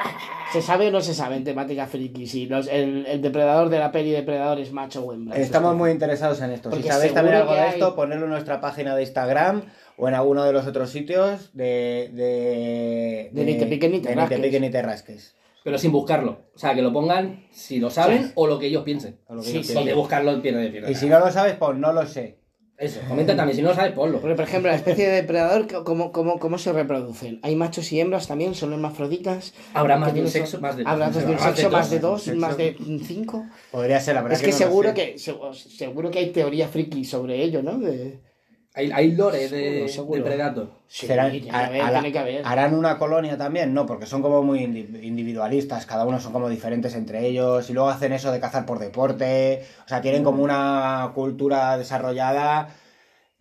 [SPEAKER 2] se sabe o no se sabe en temática friki si los- el, el depredador de la peli depredador es macho o hembra.
[SPEAKER 1] Estamos muy interesados en esto.
[SPEAKER 2] Porque
[SPEAKER 1] si sabéis también
[SPEAKER 2] seguro
[SPEAKER 1] algo
[SPEAKER 2] que
[SPEAKER 1] de
[SPEAKER 2] hay-
[SPEAKER 1] esto, ponedlo en nuestra página de Instagram o en alguno de los otros sitios de. De,
[SPEAKER 2] De ni te piquen ni te
[SPEAKER 1] de
[SPEAKER 2] rasques.
[SPEAKER 1] piquen ni te rasques.
[SPEAKER 3] y- Pero sin buscarlo. O sea, que lo pongan si lo saben o lo que ellos piensen.
[SPEAKER 1] O lo que
[SPEAKER 2] Sí,
[SPEAKER 1] yo
[SPEAKER 2] sí.
[SPEAKER 1] pienso.
[SPEAKER 3] Porque buscarlo pierde de pierde.
[SPEAKER 1] Y si no lo sabes, pues no lo sé.
[SPEAKER 3] Eso, comenta también. Si no lo sabes, ponlo.
[SPEAKER 2] Porque, por ejemplo, la especie de depredador, ¿cómo- ¿cómo, cómo, cómo se reproducen? ¿Hay machos y hembras también? ¿Son hermafroditas?
[SPEAKER 3] Habrá más
[SPEAKER 2] ¿Qué
[SPEAKER 3] de un
[SPEAKER 2] tienen-
[SPEAKER 3] sexo, más de
[SPEAKER 2] ¿Habrá más de un sexo, más de dos,
[SPEAKER 1] sexo.
[SPEAKER 2] más de cinco?
[SPEAKER 1] Podría ser, la verdad.
[SPEAKER 2] Es que
[SPEAKER 1] no lo
[SPEAKER 2] seguro
[SPEAKER 1] sé.
[SPEAKER 2] que segu- seguro que hay teoría friki sobre ello, ¿no? De...
[SPEAKER 3] Hay, hay lore de,
[SPEAKER 2] Seguro, seguro.
[SPEAKER 3] de Predator.
[SPEAKER 2] Sí,
[SPEAKER 1] Serán-
[SPEAKER 2] tiene que
[SPEAKER 1] ha-
[SPEAKER 2] haber,
[SPEAKER 1] hará-
[SPEAKER 2] tiene que haber.
[SPEAKER 1] ¿Harán una colonia también? No, porque son como muy indi- individualistas, cada uno son como diferentes entre ellos, y luego hacen eso de cazar por deporte, o sea, tienen
[SPEAKER 2] Mm.
[SPEAKER 1] como una cultura desarrollada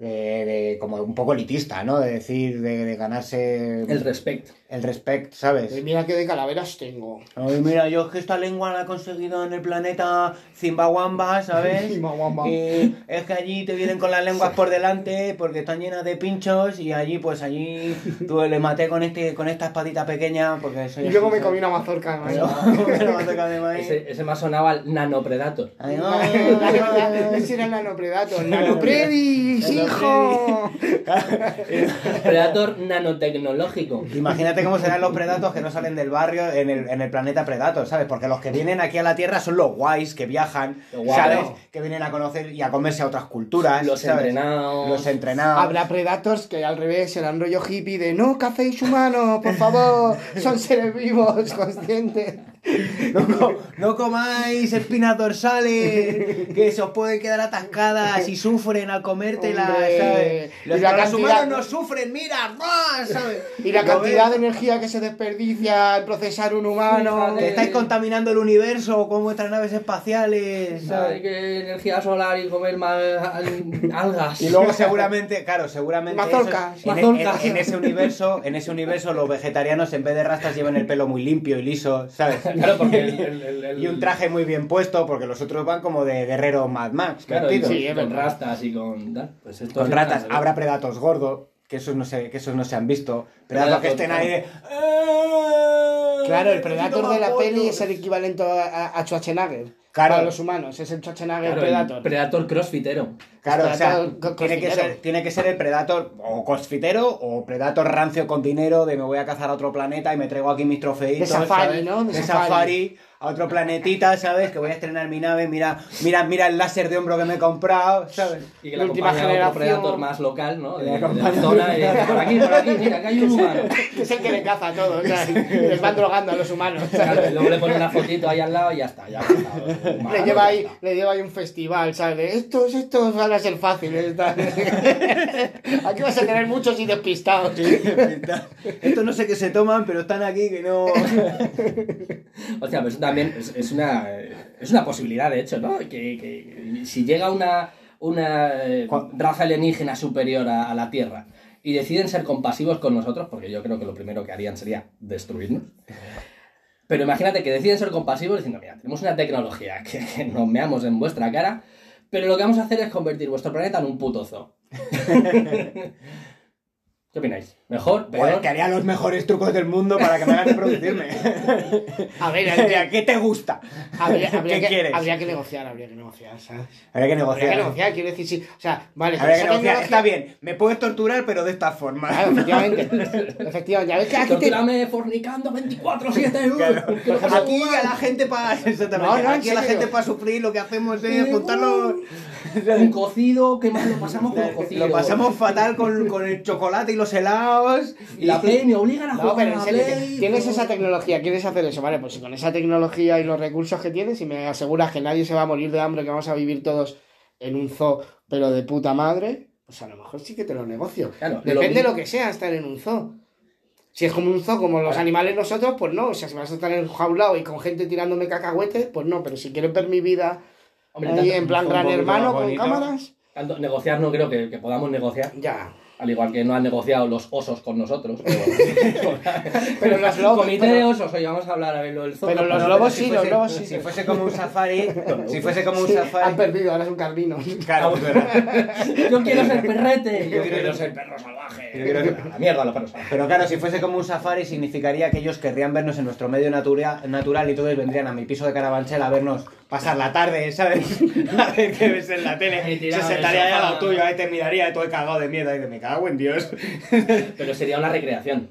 [SPEAKER 1] eh, de, como un poco elitista, ¿no? De decir, de, de ganarse
[SPEAKER 3] El respecto.
[SPEAKER 1] el respect,
[SPEAKER 2] Eh,
[SPEAKER 1] ¿sabes?
[SPEAKER 2] Mira qué de calaveras tengo.
[SPEAKER 1] Ay, mira, yo es que esta lengua la he conseguido en el planeta Zimbabamba, ¿sabes?
[SPEAKER 2] Zimbabamba.
[SPEAKER 1] Y es que allí te vienen con las lenguas por delante porque están llenas de pinchos y allí, pues allí, tú le maté con este con esta espadita pequeña porque soy
[SPEAKER 2] Y luego me
[SPEAKER 1] así,
[SPEAKER 2] comí una mazorca. ¿no?
[SPEAKER 1] ¿sabes? Me lo maté con de maíz.
[SPEAKER 3] Ese, ese más sonaba al Nano Predator.
[SPEAKER 1] Ay, ay, ay, ay.
[SPEAKER 2] Ese era el nanopredato. ¡Nanopredis, hijo!
[SPEAKER 3] Predator nanotecnológico.
[SPEAKER 1] Imagínate cómo serán los predatos que no salen del barrio en el, en el planeta predator, ¿sabes? Porque los que vienen aquí a la Tierra son los guays que viajan,
[SPEAKER 3] Los guapos.
[SPEAKER 1] ¿sabes? Que vienen a conocer y a comerse a otras culturas,
[SPEAKER 3] Los
[SPEAKER 1] ¿sabes?
[SPEAKER 3] entrenados.
[SPEAKER 1] Los entrenados.
[SPEAKER 2] Habrá predators que al revés serán rollo hippie de no, ¿qué hacéis humanos? Por favor, son seres vivos, conscientes.
[SPEAKER 1] No, co- no comáis espinas dorsales, que se os pueden quedar atascadas y sufren al comértelas,
[SPEAKER 2] Hombre.
[SPEAKER 1] ¿sabes?
[SPEAKER 2] Y
[SPEAKER 1] Los,
[SPEAKER 2] la
[SPEAKER 1] los
[SPEAKER 2] cantidad-
[SPEAKER 1] humanos no sufren, mira, ¡buah! ¿sabes?
[SPEAKER 2] Y la
[SPEAKER 1] ¿Lo
[SPEAKER 2] cantidad
[SPEAKER 1] ves?
[SPEAKER 2] de energía que se desperdicia al procesar un humano.
[SPEAKER 1] Que
[SPEAKER 3] Fíjate.
[SPEAKER 1] estáis contaminando el universo con vuestras naves espaciales,
[SPEAKER 3] Hay
[SPEAKER 1] ¿sabes?
[SPEAKER 3] que energía solar y comer más al- algas.
[SPEAKER 1] Y luego seguramente, claro, seguramente eso es-
[SPEAKER 2] Mazorcas,
[SPEAKER 1] en,
[SPEAKER 2] mazorcas.
[SPEAKER 1] en- en ese universo, en ese universo los vegetarianos en vez de rastas llevan el pelo muy limpio y liso, ¿sabes?
[SPEAKER 3] Claro, porque el, el- el- el-
[SPEAKER 1] Y un traje muy bien puesto porque los otros van como de guerrero Mad Max,
[SPEAKER 3] Claro, y
[SPEAKER 1] vestidos.
[SPEAKER 3] con,
[SPEAKER 2] Sí, es
[SPEAKER 3] con
[SPEAKER 2] verdad.
[SPEAKER 3] rastas y con tal. Pues esto
[SPEAKER 1] Con
[SPEAKER 3] es
[SPEAKER 1] ratas,
[SPEAKER 3] escándalo.
[SPEAKER 1] habrá predatos gordos, que esos no se, que esos no se han visto. Predatos
[SPEAKER 3] Predator,
[SPEAKER 1] que estén ahí de. ¡Eh!
[SPEAKER 2] Claro, el predator de la peli es el equivalente a, a Schwarzenegger.
[SPEAKER 1] Claro.
[SPEAKER 2] para los humanos. Es el Schwarzenegger
[SPEAKER 3] Claro, el
[SPEAKER 2] Predator.
[SPEAKER 3] Predator crossfitero.
[SPEAKER 1] Claro, o sea,
[SPEAKER 2] Predator co-
[SPEAKER 1] tiene que,
[SPEAKER 2] cosfitero.
[SPEAKER 1] ser, tiene que ser el predator o cosfitero o predator rancio con dinero de me voy a cazar a otro planeta y me traigo aquí mis trofeitos.
[SPEAKER 2] De safari,
[SPEAKER 1] ¿sabes?
[SPEAKER 2] ¿no?
[SPEAKER 1] De,
[SPEAKER 2] De
[SPEAKER 1] safari.
[SPEAKER 2] safari.
[SPEAKER 1] a otro planetita, ¿sabes? Que voy a estrenar mi nave, mira, mira, mira el láser de hombro que me he comprado, ¿sabes?
[SPEAKER 3] Y que la
[SPEAKER 2] La última
[SPEAKER 3] última generación... otro
[SPEAKER 2] generación.
[SPEAKER 3] Predator más local, ¿no? De,
[SPEAKER 1] Le
[SPEAKER 3] de la
[SPEAKER 1] acompaña-
[SPEAKER 3] zona. y dice, por aquí, por aquí, mira, acá hay un humano.
[SPEAKER 2] que es el que le caza a todos. o sea, les van drogando a los humanos.
[SPEAKER 3] Claro, y luego le ponen una fotito ahí al lado y ya está. Ya ha matado a un humano,
[SPEAKER 2] Le lleva,
[SPEAKER 3] ya
[SPEAKER 2] ahí,
[SPEAKER 3] está.
[SPEAKER 2] le lleva ahí un festival, ¿sabes? De Estos, estos van a ser fáciles. tal. Aquí vas a tener muchos y despistados.
[SPEAKER 1] Esto no sé qué se toman, pero están aquí que no.
[SPEAKER 3] O sea, pero eso también es, es una, es una posibilidad, de hecho, ¿no? Que, que si llega una, una eh,
[SPEAKER 1] Cu-
[SPEAKER 3] raza alienígena superior a, a la Tierra y deciden ser compasivos con nosotros, porque yo creo que lo primero que harían sería destruirnos. Pero imagínate que deciden ser compasivos diciendo, mira, tenemos una tecnología que nos meamos en vuestra cara, pero lo que vamos a hacer es convertir vuestro planeta en un puto zoo. ¿Qué opináis? ¿Mejor?
[SPEAKER 1] Joder,
[SPEAKER 3] ¿Peor?
[SPEAKER 1] que haría los mejores trucos del mundo para que me hagan reproducirme.
[SPEAKER 2] A ver,
[SPEAKER 1] Diría,
[SPEAKER 2] habría,
[SPEAKER 1] ¿Qué te gusta?
[SPEAKER 2] habría-
[SPEAKER 1] ¿Qué
[SPEAKER 2] habría que,
[SPEAKER 1] quieres?
[SPEAKER 2] habría que negociar, habría que negociar, ¿sabes?
[SPEAKER 1] Habría que
[SPEAKER 2] Habría
[SPEAKER 1] negociar.
[SPEAKER 2] que negociar, quiero decir, sí. O sea, vale,
[SPEAKER 1] Habría que
[SPEAKER 2] esa
[SPEAKER 1] negociar.
[SPEAKER 2] tecnología-
[SPEAKER 1] Está bien, me puedes torturar, pero de esta forma.
[SPEAKER 2] Claro, efectivamente. efectivamente. Ya ves que aquí te-
[SPEAKER 3] Tortúrame fornicando 24-7. uh,
[SPEAKER 1] Claro.
[SPEAKER 3] que no se
[SPEAKER 1] Aquí a la gente para
[SPEAKER 2] No, no, en
[SPEAKER 1] aquí a la
[SPEAKER 2] serio. Uh,
[SPEAKER 1] gente para sufrir lo que hacemos
[SPEAKER 3] Sí,
[SPEAKER 1] es apuntarlo
[SPEAKER 3] Un cocido, que más lo pasamos con cocido.
[SPEAKER 1] lo pasamos fatal con, con el chocolate y los helados
[SPEAKER 3] Y la Play me obligan a jugar.
[SPEAKER 2] No, pero
[SPEAKER 3] a
[SPEAKER 2] en
[SPEAKER 3] la
[SPEAKER 2] serio, que
[SPEAKER 3] Play,
[SPEAKER 2] tienes
[SPEAKER 3] no.
[SPEAKER 2] esa tecnología, quieres hacer eso, vale, pues si con esa tecnología y los recursos que tienes y me aseguras que nadie se va a morir de hambre, que vamos a vivir todos en un zoo, pero de puta madre, pues a lo mejor sí que te lo negocio.
[SPEAKER 3] Claro,
[SPEAKER 2] Depende
[SPEAKER 3] lo-
[SPEAKER 2] lo que sea estar en un zoo. Si es como un zoo, como los
[SPEAKER 3] Claro.
[SPEAKER 2] animales nosotros, pues no. O sea, si vas a estar enjaulado y con gente tirándome cacahuetes, pues no. Pero si quieres ver mi vida
[SPEAKER 3] Hombre,
[SPEAKER 2] ahí
[SPEAKER 3] tanto-
[SPEAKER 2] en plan
[SPEAKER 1] un
[SPEAKER 2] gran
[SPEAKER 1] poquito
[SPEAKER 2] hermano
[SPEAKER 1] más
[SPEAKER 2] con
[SPEAKER 1] bonito.
[SPEAKER 2] cámaras,
[SPEAKER 3] tanto negociar no creo que, que podamos negociar.
[SPEAKER 2] ya.
[SPEAKER 3] Al igual que no han negociado los osos con nosotros. Pero,
[SPEAKER 2] Pero los lobos,
[SPEAKER 3] Comité
[SPEAKER 2] pero-
[SPEAKER 3] de osos, oye, vamos a hablar a ver lo del zoo.
[SPEAKER 2] Pero los
[SPEAKER 1] No,
[SPEAKER 2] lobos
[SPEAKER 1] si
[SPEAKER 2] sí,
[SPEAKER 1] fuese-
[SPEAKER 2] los lobos sí.
[SPEAKER 1] si fuese como un safari si fuese como un
[SPEAKER 2] Sí, Ah, han
[SPEAKER 1] safari
[SPEAKER 2] perdido, ahora es un carlino.
[SPEAKER 1] claro es verdad.
[SPEAKER 3] Yo quiero ser perrete.
[SPEAKER 1] Yo quiero ser
[SPEAKER 3] perro salvaje.
[SPEAKER 1] Yo quiero ser-
[SPEAKER 3] La mierda, los perros salvajes.
[SPEAKER 1] pero claro si fuese como un safari significaría que ellos querrían vernos en nuestro medio natura- natural y todos vendrían a mi piso de Carabanchel a vernos pasar la tarde sabes a ver qué ves en la tele
[SPEAKER 3] Ahí
[SPEAKER 1] se
[SPEAKER 3] tirado en el
[SPEAKER 1] sentaría ahí al lado
[SPEAKER 3] sofá.
[SPEAKER 1] tuyo ahí te miraría y todo cagado de miedo y de me cago en Dios
[SPEAKER 3] Pero sería una recreación.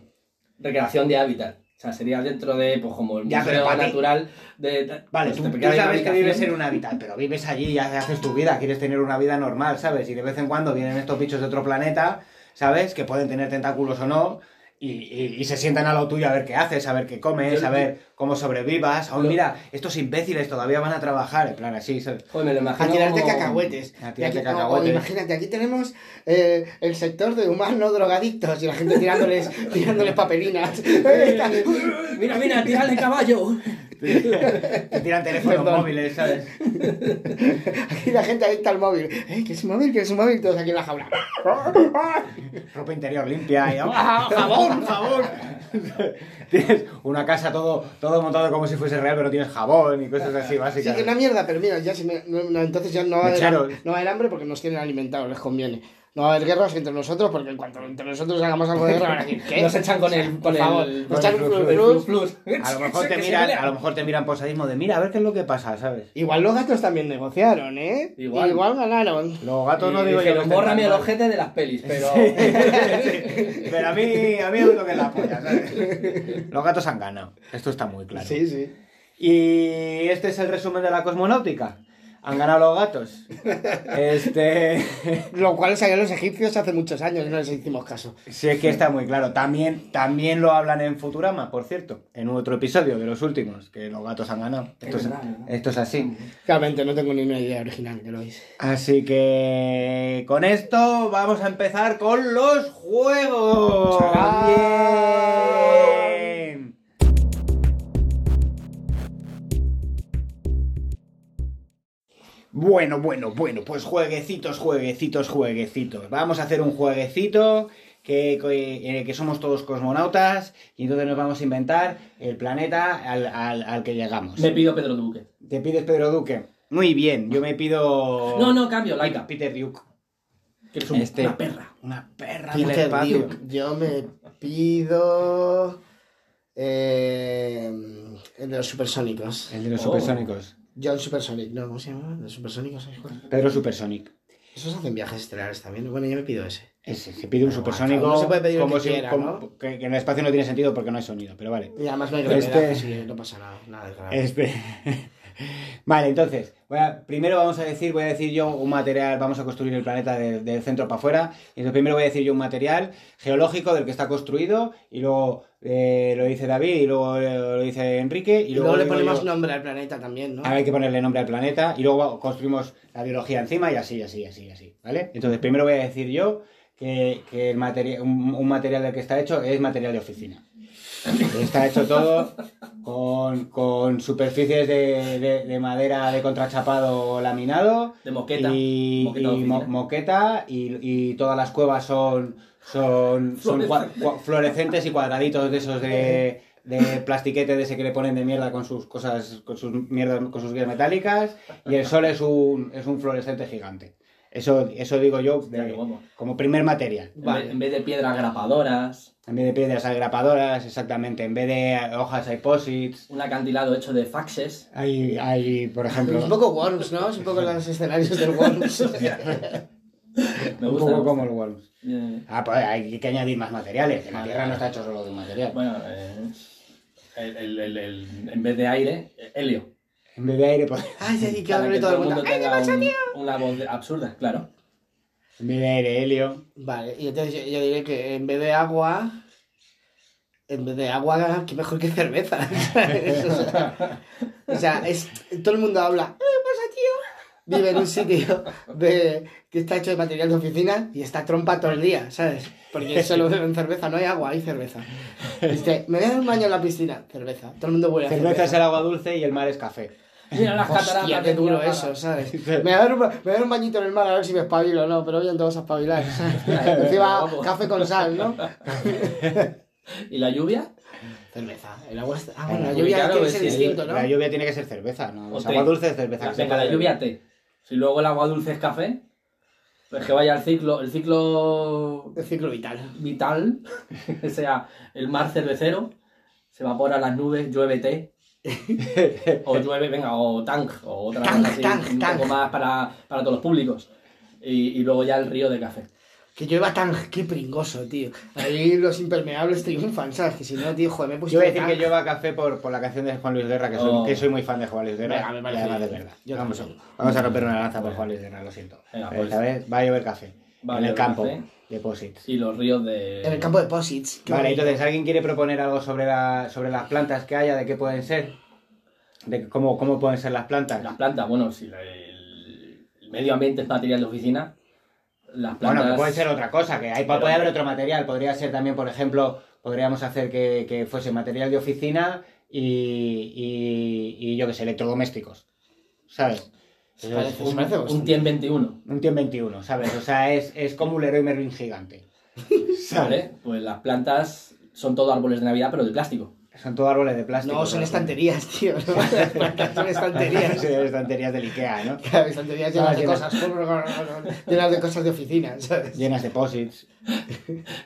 [SPEAKER 3] Recreación de hábitat. O sea, sería dentro de, pues como el
[SPEAKER 1] Ya, pero
[SPEAKER 3] museo
[SPEAKER 1] para ti-
[SPEAKER 3] natural de...
[SPEAKER 1] Vale,
[SPEAKER 3] pues,
[SPEAKER 1] tú,
[SPEAKER 3] te
[SPEAKER 1] tú
[SPEAKER 3] pequeña
[SPEAKER 1] sabes que
[SPEAKER 3] habitación.
[SPEAKER 1] vives en un hábitat, pero vives allí y ha- haces tu vida, quieres tener una vida normal, ¿sabes? Y de vez en cuando vienen estos bichos de otro planeta, ¿sabes? Que pueden tener tentáculos o no, y, y- y se sientan a lo tuyo a ver qué haces, a ver qué comes,
[SPEAKER 3] Yo-
[SPEAKER 1] a ver cómo sobrevivas. Aún
[SPEAKER 3] Lo-
[SPEAKER 1] mira, estos imbéciles todavía van a trabajar, en plan así, ¿sabes?
[SPEAKER 3] Joder, me lo
[SPEAKER 2] A
[SPEAKER 3] imagino
[SPEAKER 2] tirarte
[SPEAKER 3] como-
[SPEAKER 2] cacahuetes.
[SPEAKER 1] A
[SPEAKER 2] Y aquí-
[SPEAKER 1] tirarte
[SPEAKER 2] o- o
[SPEAKER 1] cacahuetes.
[SPEAKER 2] imagínate, aquí tenemos eh, el sector de humanos drogadictos y la gente tirándoles, tirándoles papelinas. Esta-
[SPEAKER 3] Mira, mira, tirale caballo.
[SPEAKER 1] Te tiran teléfonos
[SPEAKER 2] Perdón.
[SPEAKER 1] móviles, ¿sabes?
[SPEAKER 2] aquí la gente adicta al móvil. Eh, ¿Qué es un móvil? ¿Qué es un móvil? Todos aquí en la jaula.
[SPEAKER 1] Ropa interior limpia y ¡ah, jabón, jabón! tienes una casa todo, todo montado como si fuese real, pero tienes jabón y cosas así
[SPEAKER 2] Sí,
[SPEAKER 1] básicas.
[SPEAKER 2] que una mierda, pero mira, ya si me- no- no, entonces ya no va, a haber,
[SPEAKER 1] Mecheros.
[SPEAKER 2] no va a haber hambre porque nos tienen alimentados, les conviene. No va a haber guerras entre nosotros porque en cuanto entre nosotros hagamos algo de guerra van a decir, ¿qué?
[SPEAKER 3] Nos echan con el... Con
[SPEAKER 2] Por favor,
[SPEAKER 3] el,
[SPEAKER 2] nos echan un
[SPEAKER 3] con el
[SPEAKER 2] flus,
[SPEAKER 3] flus.
[SPEAKER 1] A lo mejor te
[SPEAKER 3] Que se
[SPEAKER 1] miran,
[SPEAKER 3] pelea.
[SPEAKER 1] a lo mejor te miran por sadismo de mira a ver qué es lo que pasa, ¿sabes?
[SPEAKER 2] Igual los gatos también negociaron, ¿eh?
[SPEAKER 3] Igual.
[SPEAKER 2] ganaron.
[SPEAKER 1] Los gatos no
[SPEAKER 3] Y
[SPEAKER 1] digo yo.
[SPEAKER 3] dijeron,
[SPEAKER 1] que estén
[SPEAKER 3] Eh, bórrame
[SPEAKER 1] tan
[SPEAKER 3] el
[SPEAKER 1] mal".
[SPEAKER 3] ojete de las pelis, pero...
[SPEAKER 1] Sí, Pero a mí, a mí es lo que es la polla, ¿sabes? Los gatos han ganado. Esto está muy claro.
[SPEAKER 2] Sí, sí.
[SPEAKER 1] Y este es el resumen de la cosmonáutica. Han ganado los gatos. Este.
[SPEAKER 2] Lo cual sabían los egipcios hace muchos años y no les hicimos caso.
[SPEAKER 1] Sí, es que está muy claro. También, también lo hablan en Futurama, por cierto. En otro episodio de los últimos, que los gatos han ganado. Esto es,
[SPEAKER 3] verdad, verdad.
[SPEAKER 1] esto es así.
[SPEAKER 2] Realmente no tengo ni una idea original que lo hice.
[SPEAKER 1] Así que con esto vamos a empezar con los juegos.
[SPEAKER 2] ¡Charán!
[SPEAKER 1] Bien. Bueno, bueno, bueno, pues jueguecitos, jueguecitos, jueguecitos. Vamos a hacer un jueguecito que, que- en el que somos todos cosmonautas y entonces nos vamos a inventar el planeta al, al- al que llegamos.
[SPEAKER 3] Me pido Pedro Duque.
[SPEAKER 1] Te pides Pedro Duque. Muy bien, yo me pido...
[SPEAKER 3] No, no, cambio, Laika.
[SPEAKER 1] Peter Duke.
[SPEAKER 3] Que es un-
[SPEAKER 1] Este.
[SPEAKER 3] una perra.
[SPEAKER 1] Una perra del
[SPEAKER 2] Peter
[SPEAKER 1] espacio.
[SPEAKER 2] Duke, yo me pido. eh, el de los supersónicos.
[SPEAKER 1] El de los
[SPEAKER 3] Oh.
[SPEAKER 1] supersónicos.
[SPEAKER 2] John Supersonic, ¿no? ¿Cómo se llama? ¿De Supersonic o sabéis cuál?
[SPEAKER 1] Pedro Supersonic.
[SPEAKER 2] Esos hacen viajes estelares también. Bueno, yo me pido ese.
[SPEAKER 1] Ese, se pide un
[SPEAKER 2] Pero,
[SPEAKER 1] supersónico.
[SPEAKER 2] cada uno Ah, se puede pedir el
[SPEAKER 1] como
[SPEAKER 2] que
[SPEAKER 1] si-
[SPEAKER 2] quiera,
[SPEAKER 1] como-
[SPEAKER 2] ¿no?
[SPEAKER 1] que, que en el espacio no tiene sentido porque no hay sonido, pero vale.
[SPEAKER 2] Y además no hay
[SPEAKER 1] Este-
[SPEAKER 2] gravedad, así que no pasa nada. Nada de gravedad.
[SPEAKER 1] Este... vale, entonces, voy a- primero vamos a decir, voy a decir yo un material, vamos a construir el planeta de- del centro para afuera. Y entonces primero voy a decir yo un material geológico del que está construido, y luego eh, lo dice David, y luego eh, lo dice Enrique, y
[SPEAKER 2] Y
[SPEAKER 1] luego,
[SPEAKER 2] luego le
[SPEAKER 1] digo
[SPEAKER 2] ponemos
[SPEAKER 1] yo-
[SPEAKER 2] nombre al planeta también, ¿no?
[SPEAKER 1] Ahora hay que ponerle nombre al planeta y luego construimos la biología encima y así, así, así, así, ¿vale? Entonces, primero voy a decir yo que, que el materia- un, un material del que está hecho es material de oficina. Está hecho todo con, con superficies de, de- de madera de contrachapado laminado
[SPEAKER 3] De moqueta.
[SPEAKER 1] y,
[SPEAKER 3] Moqueta de
[SPEAKER 1] y mo-
[SPEAKER 3] oficina.
[SPEAKER 1] moqueta y, y todas las cuevas son, son, son cua- cua- fluorescentes y cuadraditos de esos de, de plastiquete de ese que le ponen de mierda con sus cosas, con sus mierdas, con sus guías metálicas y el sol es un, es un fluorescente gigante. Eso, eso digo yo de-
[SPEAKER 3] Mira qué guapo.
[SPEAKER 1] como primer material.
[SPEAKER 3] En
[SPEAKER 2] Vale.
[SPEAKER 3] vez- En vez de piedras grapadoras,
[SPEAKER 1] En vez de piedras hay grapadoras, exactamente. En vez de hojas hay posits.
[SPEAKER 3] un acantilado hecho de faxes.
[SPEAKER 1] Hay, hay, por
[SPEAKER 2] Es un
[SPEAKER 1] ejemplo,
[SPEAKER 2] poco Worms, ¿no? Es un poco los escenarios del Worms.
[SPEAKER 3] Me
[SPEAKER 1] un poco
[SPEAKER 3] gusta. me gusta.
[SPEAKER 1] como el Worms.
[SPEAKER 3] Eh,
[SPEAKER 1] Ah, pues hay que añadir más materiales. que La
[SPEAKER 3] Vale.
[SPEAKER 1] Tierra no está hecho solo de un material.
[SPEAKER 3] Bueno, eh, el, el- el- el- en vez de aire, eh, helio.
[SPEAKER 1] En vez de aire, pues,
[SPEAKER 2] Ay, sí, que
[SPEAKER 3] Para
[SPEAKER 2] hable
[SPEAKER 3] que
[SPEAKER 2] todo el mundo. ¡Ay,
[SPEAKER 3] tenga un- una voz de- absurda, claro.
[SPEAKER 1] en vez de aire, helio.
[SPEAKER 2] Vale, y entonces yo, yo diré que en vez de agua, en vez de agua, qué mejor que cerveza. ¿sabes? o sea, o sea, es, todo el mundo habla, "Eh, ¿qué pasa, tío? Vive en un sitio de, que está hecho de material de oficina y está trompa todo el día, ¿sabes? Porque solo beben cerveza, no hay agua, hay cerveza. Dice, me voy a dar un baño en la piscina, cerveza. Todo el mundo huele a cerveza.
[SPEAKER 1] Cerveza es el agua dulce y el mar es café.
[SPEAKER 3] Mira las
[SPEAKER 2] Hostia,
[SPEAKER 3] cataratas
[SPEAKER 2] qué
[SPEAKER 3] de
[SPEAKER 2] duro
[SPEAKER 3] Niágara.
[SPEAKER 2] eso, ¿sabes? Me voy, a dar un, me voy a dar un bañito en el mar a ver si me espabilo o no, pero hoy no te vas a espabilar. ¿sabes? Encima,
[SPEAKER 3] Guapo.
[SPEAKER 2] café con sal, ¿no?
[SPEAKER 3] ¿Y la lluvia?
[SPEAKER 2] Cerveza. El agua está... Ah, bueno, la
[SPEAKER 1] Claro,
[SPEAKER 2] lluvia
[SPEAKER 3] claro,
[SPEAKER 2] tiene que
[SPEAKER 3] es
[SPEAKER 2] ser
[SPEAKER 3] que
[SPEAKER 2] distinto, ¿no?
[SPEAKER 1] La lluvia tiene que ser cerveza, ¿no?
[SPEAKER 3] O
[SPEAKER 1] Es
[SPEAKER 3] té.
[SPEAKER 1] agua dulce es cerveza.
[SPEAKER 3] La,
[SPEAKER 1] que se
[SPEAKER 3] venga, la
[SPEAKER 1] puede-
[SPEAKER 3] lluvia té. Si luego el agua dulce es café, pues que vaya el ciclo, el ciclo
[SPEAKER 2] El ciclo vital.
[SPEAKER 3] vital, que sea el mar cervecero, se evapora las nubes, llueve té. o llueve, venga, o tank, o otra
[SPEAKER 2] Tang,
[SPEAKER 3] cosa así,
[SPEAKER 2] tang,
[SPEAKER 3] un
[SPEAKER 2] tang.
[SPEAKER 3] poco más para, para todos los públicos. Y, y luego ya el río de café.
[SPEAKER 2] Que llueva tan... Qué pringoso, tío. Ahí los impermeables triunfan, ¿sabes? Que si no, tío, joder, me he puesto...
[SPEAKER 1] Yo voy a decir
[SPEAKER 2] tan-
[SPEAKER 1] que llueva café por, por la canción de Juan Luis Guerra, que soy,
[SPEAKER 3] Oh.
[SPEAKER 1] que soy muy fan de Juan Luis Guerra.
[SPEAKER 2] Venga, me parece
[SPEAKER 1] y además
[SPEAKER 2] bien.
[SPEAKER 1] de verdad.
[SPEAKER 2] Yo
[SPEAKER 1] vamos,
[SPEAKER 2] también.
[SPEAKER 1] a- vamos a romper una lanza por Juan Luis Guerra, lo siento.
[SPEAKER 3] Venga,
[SPEAKER 1] Pero
[SPEAKER 3] pues.
[SPEAKER 1] Esta vez va a llover café.
[SPEAKER 3] Va a
[SPEAKER 1] en el
[SPEAKER 3] llover
[SPEAKER 1] campo.
[SPEAKER 3] café.
[SPEAKER 1] De Posits.
[SPEAKER 3] Y los ríos de.
[SPEAKER 2] En el campo de posits. qué
[SPEAKER 1] Vale,
[SPEAKER 2] bonito.
[SPEAKER 1] entonces, ¿alguien quiere proponer algo sobre, la, sobre las plantas que haya? ¿De qué pueden ser? ¿De cómo, cómo pueden ser las plantas?
[SPEAKER 3] Las plantas, bueno, si la- el, el medio ambiente es material de oficina, las plantas.
[SPEAKER 1] Bueno, que puede ser otra cosa, que hay,
[SPEAKER 3] Pero-
[SPEAKER 1] puede haber otro material. Podría ser también, por ejemplo, podríamos hacer que, que fuese material de oficina y, y, y yo que sé, electrodomésticos. ¿Sabes?
[SPEAKER 2] Se
[SPEAKER 1] Eso
[SPEAKER 2] parece,
[SPEAKER 1] es
[SPEAKER 2] se parece
[SPEAKER 3] un
[SPEAKER 2] bastante.
[SPEAKER 3] 121.
[SPEAKER 1] un tío 21, ¿sabes? O sea, es, es como un Leroy Merlin gigante. ¿Sabes?
[SPEAKER 3] ¿Vale? Pues las plantas son todo árboles de Navidad, pero de plástico.
[SPEAKER 1] Son todos árboles de plástico.
[SPEAKER 2] No, son
[SPEAKER 1] pero-
[SPEAKER 2] estanterías, tío. ¿no? son estanterías.
[SPEAKER 1] Sí, estanterías del Ikea, ¿no?
[SPEAKER 2] Claro, estanterías llenas de
[SPEAKER 1] Llenas.
[SPEAKER 2] cosas. llenas de cosas de oficina, ¿sabes?
[SPEAKER 1] Llenas de posits.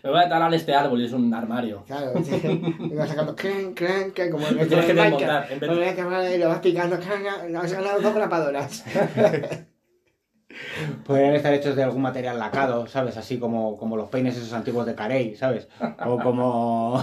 [SPEAKER 3] Me voy a talar este árbol y es un armario.
[SPEAKER 2] Claro, sí. Y vas sacando cran, cran, cran, como el
[SPEAKER 3] Lo
[SPEAKER 2] metro
[SPEAKER 3] tienes
[SPEAKER 2] de
[SPEAKER 3] que
[SPEAKER 2] Minecraft.
[SPEAKER 3] desmontar, en vez de-
[SPEAKER 2] Volver a cámara y lo vas picando. cran, cran, Has ganado dos grapadoras.
[SPEAKER 1] Podrían estar hechos de algún material lacado, ¿sabes? Así como, como los peines esos antiguos de Carey, ¿sabes? O como...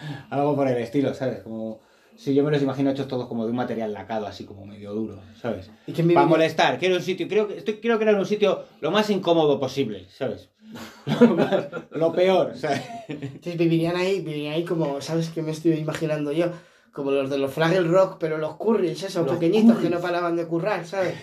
[SPEAKER 1] algo por el estilo, ¿sabes? Como... Sí, yo me los imagino hechos todos como de un material lacado, así como medio duro, ¿sabes?
[SPEAKER 2] ¿Y quién vive
[SPEAKER 1] Para
[SPEAKER 2] en-
[SPEAKER 1] molestar, quiero un sitio, creo que estoy, quiero crear un sitio lo más incómodo posible, ¿sabes? Lo, más- lo peor, ¿sabes?
[SPEAKER 2] Entonces vivirían ahí, vivirían ahí como, ¿sabes qué me estoy imaginando yo? Como los de los Fraggle Rock, pero los Currys, esos
[SPEAKER 3] Los
[SPEAKER 2] pequeñitos que
[SPEAKER 3] Currys.
[SPEAKER 2] no paraban de currar, ¿sabes?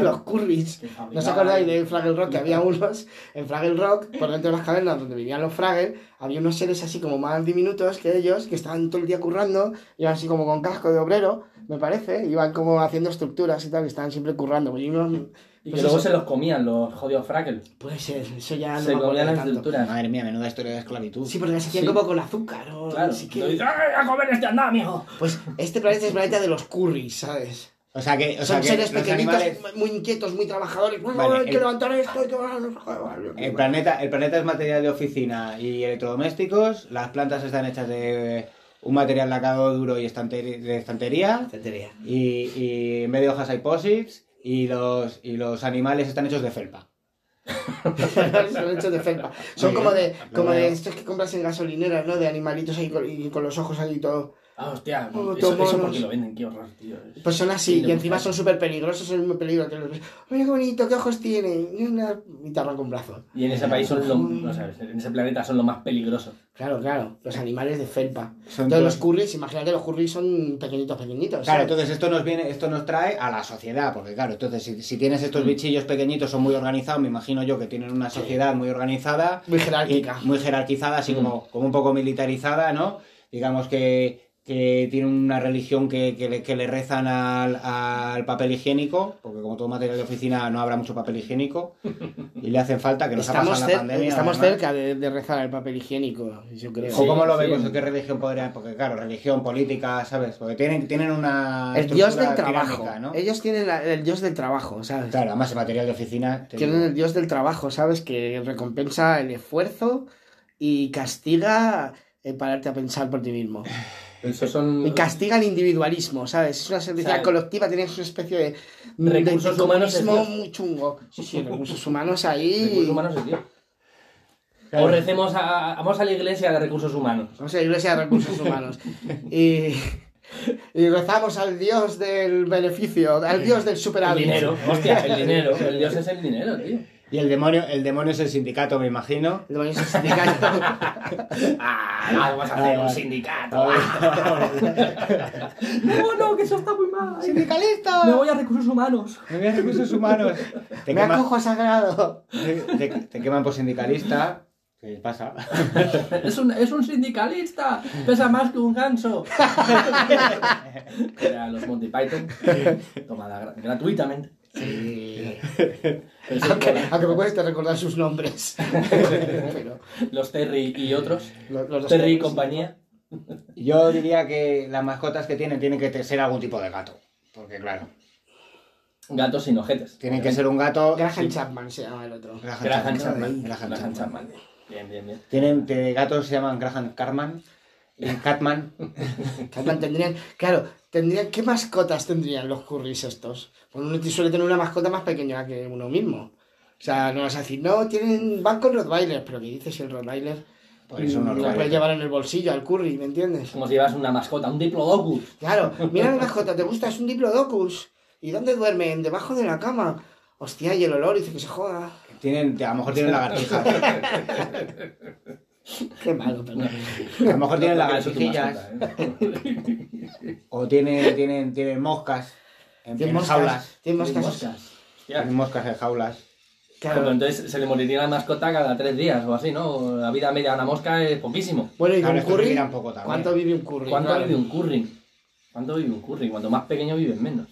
[SPEAKER 2] los Currys.
[SPEAKER 3] Que fabricaban-
[SPEAKER 2] ¿No os acordáis de Fraggle Rock? Que había unos en Fraggle Rock, por dentro de las cavernas donde vivían los Fraggle, había unos seres así como más diminutos que ellos, que estaban todo el día currando, iban así como con casco de obrero, me parece, iban como haciendo estructuras y tal, y estaban siempre currando. pues, y unos-
[SPEAKER 3] Y que
[SPEAKER 2] pues
[SPEAKER 3] luego
[SPEAKER 2] eso-
[SPEAKER 3] se los comían los jodidos Frackle.
[SPEAKER 2] Puede ser, eso ya Ah, no
[SPEAKER 3] se
[SPEAKER 2] me acuerdo
[SPEAKER 3] comían las
[SPEAKER 2] tanto.
[SPEAKER 3] estructuras.
[SPEAKER 1] Madre mía, menuda historia de esclavitud.
[SPEAKER 2] Sí, porque las hacían
[SPEAKER 3] Sí.
[SPEAKER 2] como con azúcar o
[SPEAKER 3] Claro.
[SPEAKER 2] no sé qué.
[SPEAKER 3] Y dice, "¡Ay, a comer este andamio!
[SPEAKER 2] Pues este planeta es el planeta de los curries, ¿sabes?
[SPEAKER 1] O sea que, o sea
[SPEAKER 2] Son
[SPEAKER 1] que
[SPEAKER 2] seres
[SPEAKER 1] los
[SPEAKER 2] pequeñitos,
[SPEAKER 1] animales...
[SPEAKER 2] muy inquietos, muy trabajadores. Bueno,
[SPEAKER 1] Vale,
[SPEAKER 2] hay que
[SPEAKER 1] el-
[SPEAKER 2] levantar esto, hay que... Vale,
[SPEAKER 1] El planeta, el planeta es material de oficina y electrodomésticos. Las plantas están hechas de, un material lacado duro y estanteri- de estantería,
[SPEAKER 4] Tontería.
[SPEAKER 1] y, y en vez de hojas hay posits, y los, y los animales están hechos de felpa.
[SPEAKER 2] Son hechos de felpa. Son
[SPEAKER 1] Muy
[SPEAKER 2] como
[SPEAKER 1] bien.
[SPEAKER 2] de, como
[SPEAKER 1] Lo
[SPEAKER 2] de
[SPEAKER 1] veo.
[SPEAKER 2] estos que compras en gasolineras, ¿no? De animalitos ahí con, y con los ojos ahí y todo.
[SPEAKER 3] Ah, hostia,
[SPEAKER 2] Oh,
[SPEAKER 3] eso,
[SPEAKER 2] tomonos.
[SPEAKER 3] eso porque lo venden, qué horror, tío. Es-
[SPEAKER 2] Pues son así,
[SPEAKER 3] Sí,
[SPEAKER 2] y
[SPEAKER 3] le
[SPEAKER 2] encima
[SPEAKER 3] gustan.
[SPEAKER 2] son súper peligrosos, son muy peligrosos. que los ves, Mira qué bonito, qué ojos tiene. Y una y te arranca un brazo.
[SPEAKER 3] Y en ese país son lo, no sabes, en ese planeta son lo más peligroso.
[SPEAKER 2] Claro, claro, los animales de felpa.
[SPEAKER 1] Son
[SPEAKER 2] Entonces los
[SPEAKER 1] todos-
[SPEAKER 2] curries, imagínate, los curries son pequeñitos, pequeñitos.
[SPEAKER 1] Claro,
[SPEAKER 2] ¿sabes?
[SPEAKER 1] entonces esto nos viene, esto nos trae a la sociedad, porque claro, entonces si, si tienes estos bichillos pequeñitos son muy organizados, me imagino yo que tienen una sociedad muy organizada,
[SPEAKER 2] Muy
[SPEAKER 1] y
[SPEAKER 2] jerárquica.
[SPEAKER 1] muy jerarquizada, así
[SPEAKER 3] Mm.
[SPEAKER 1] como, como un poco militarizada, ¿no? Digamos que, que tiene una religión que, que le, que le rezan al, al papel higiénico, porque como todo material de oficina no habrá mucho papel higiénico, y le hacen falta que nos ha
[SPEAKER 2] Estamos,
[SPEAKER 1] pasado en
[SPEAKER 2] cer-
[SPEAKER 1] la pandemia.
[SPEAKER 2] estamos
[SPEAKER 1] además.
[SPEAKER 2] cerca de, de rezar el papel higiénico, yo creo.
[SPEAKER 1] ¿O cómo lo
[SPEAKER 3] Sí,
[SPEAKER 1] veis
[SPEAKER 3] sí.
[SPEAKER 1] vosotros? ¿Qué religión podría...? Porque claro, religión, política, ¿sabes? Porque tienen, tienen una...
[SPEAKER 2] El dios
[SPEAKER 1] estructura
[SPEAKER 2] del trabajo.
[SPEAKER 1] pirámica, ¿no?
[SPEAKER 2] Ellos tienen la- el dios del trabajo, ¿sabes?
[SPEAKER 1] Claro, además el material de oficina... te
[SPEAKER 2] Tienen
[SPEAKER 1] digo.
[SPEAKER 2] el dios del trabajo, ¿sabes? Que recompensa el esfuerzo y castiga el pararte a pensar por ti mismo.
[SPEAKER 3] Esos son
[SPEAKER 2] Y castiga el individualismo, ¿sabes? Es una sentencia
[SPEAKER 3] ¿Sabes?
[SPEAKER 2] colectiva, tienes una especie de, de-
[SPEAKER 3] Recursos
[SPEAKER 2] de
[SPEAKER 3] humanos es
[SPEAKER 2] comunismo
[SPEAKER 3] Dios.
[SPEAKER 2] muy chungo. Sí, sí, recursos humanos ahí.
[SPEAKER 3] recursos humanos, tío.
[SPEAKER 1] Claro.
[SPEAKER 3] O recemos a, vamos a la iglesia de recursos humanos.
[SPEAKER 2] Vamos a la iglesia de recursos humanos. Y, y rezamos al dios del beneficio, al dios del
[SPEAKER 3] El
[SPEAKER 2] superávit.
[SPEAKER 3] dinero, hostia, el dinero. El dios es el dinero, tío.
[SPEAKER 1] Y el demonio, el demonio es el sindicato, me imagino.
[SPEAKER 2] El demonio es el sindicato.
[SPEAKER 3] Ah, no, vamos a hacer un sindicato. Ah. No, no, que eso está muy mal.
[SPEAKER 1] ¡Sindicalista!
[SPEAKER 3] Me voy a recursos humanos.
[SPEAKER 1] Me voy a recursos humanos. Te,
[SPEAKER 2] Me
[SPEAKER 1] quema-
[SPEAKER 2] acojo a sagrado.
[SPEAKER 1] te, te queman por sindicalista. ¿Qué pasa?
[SPEAKER 3] Es un, es un sindicalista. Pesa más que un ganso. Era los Monty Python. Tomada gra- gratuitamente. Pero sí,
[SPEAKER 2] Aunque,
[SPEAKER 3] bueno,
[SPEAKER 2] aunque me cueste recordar sus nombres. Pero
[SPEAKER 3] los Terry y otros.
[SPEAKER 2] lo- los, dos
[SPEAKER 3] Terry y
[SPEAKER 2] nombres-
[SPEAKER 3] compañía.
[SPEAKER 1] Yo diría que las mascotas que tienen tienen que te- ser algún tipo de gato. Porque claro,
[SPEAKER 3] Gatos sin ojetes.
[SPEAKER 1] tienen que ser un gato...
[SPEAKER 2] Graham Chapman se llama el otro.
[SPEAKER 1] Graham
[SPEAKER 3] Graham
[SPEAKER 1] Chapman.
[SPEAKER 3] Chapman.
[SPEAKER 1] Graham
[SPEAKER 3] Graham
[SPEAKER 1] Chapman.
[SPEAKER 3] Chapman. Bien, bien, bien.
[SPEAKER 1] Tienen de gatos se llaman Graham Carman y Catman.
[SPEAKER 2] Chapman tendrían, claro, tendrían, ¿qué mascotas tendrían los curris estos? Pues uno te- suele tener una mascota más pequeña que uno mismo. O sea, no vas a decir, no, tienen, van con Rottweiler, pero ¿qué dices si el Rottweiler?
[SPEAKER 1] Por eso no lo
[SPEAKER 2] mm, lo puedes
[SPEAKER 1] vale.
[SPEAKER 2] llevar en el bolsillo al curry, ¿me entiendes?
[SPEAKER 3] Como si llevas una mascota, un diplodocus.
[SPEAKER 2] Claro, mira la mascota, ¿te gusta? Es un diplodocus. ¿Y dónde duermen? Debajo de la cama. Hostia, y el olor, dice que se joda.
[SPEAKER 1] Tienen, a lo mejor tienen lagartijas.
[SPEAKER 2] Qué malo,
[SPEAKER 1] A lo
[SPEAKER 2] perdón.
[SPEAKER 1] mejor tienen
[SPEAKER 3] No, porque
[SPEAKER 1] lagartijas.
[SPEAKER 3] eso es tu mascota, ¿eh?
[SPEAKER 1] O tienen, tienen, tienen moscas en,
[SPEAKER 2] Tiene
[SPEAKER 1] en
[SPEAKER 2] moscas.
[SPEAKER 1] jaulas.
[SPEAKER 2] Tiene
[SPEAKER 3] Moscas.
[SPEAKER 2] moscas.
[SPEAKER 3] Hostia.
[SPEAKER 1] Tienen moscas en jaulas.
[SPEAKER 3] Como
[SPEAKER 2] Claro.
[SPEAKER 3] entonces se le moriría la mascota cada tres días o así, ¿no? La vida media de una mosca es poquísimo.
[SPEAKER 2] Bueno, y
[SPEAKER 1] Claro,
[SPEAKER 2] un
[SPEAKER 1] esto
[SPEAKER 2] curry.
[SPEAKER 1] mira un poco también.
[SPEAKER 2] ¿Cuánto vive un curry?
[SPEAKER 3] ¿Cuánto
[SPEAKER 2] Claro.
[SPEAKER 3] vive un curry? ¿Cuánto vive un curry? Cuanto más pequeño viven menos.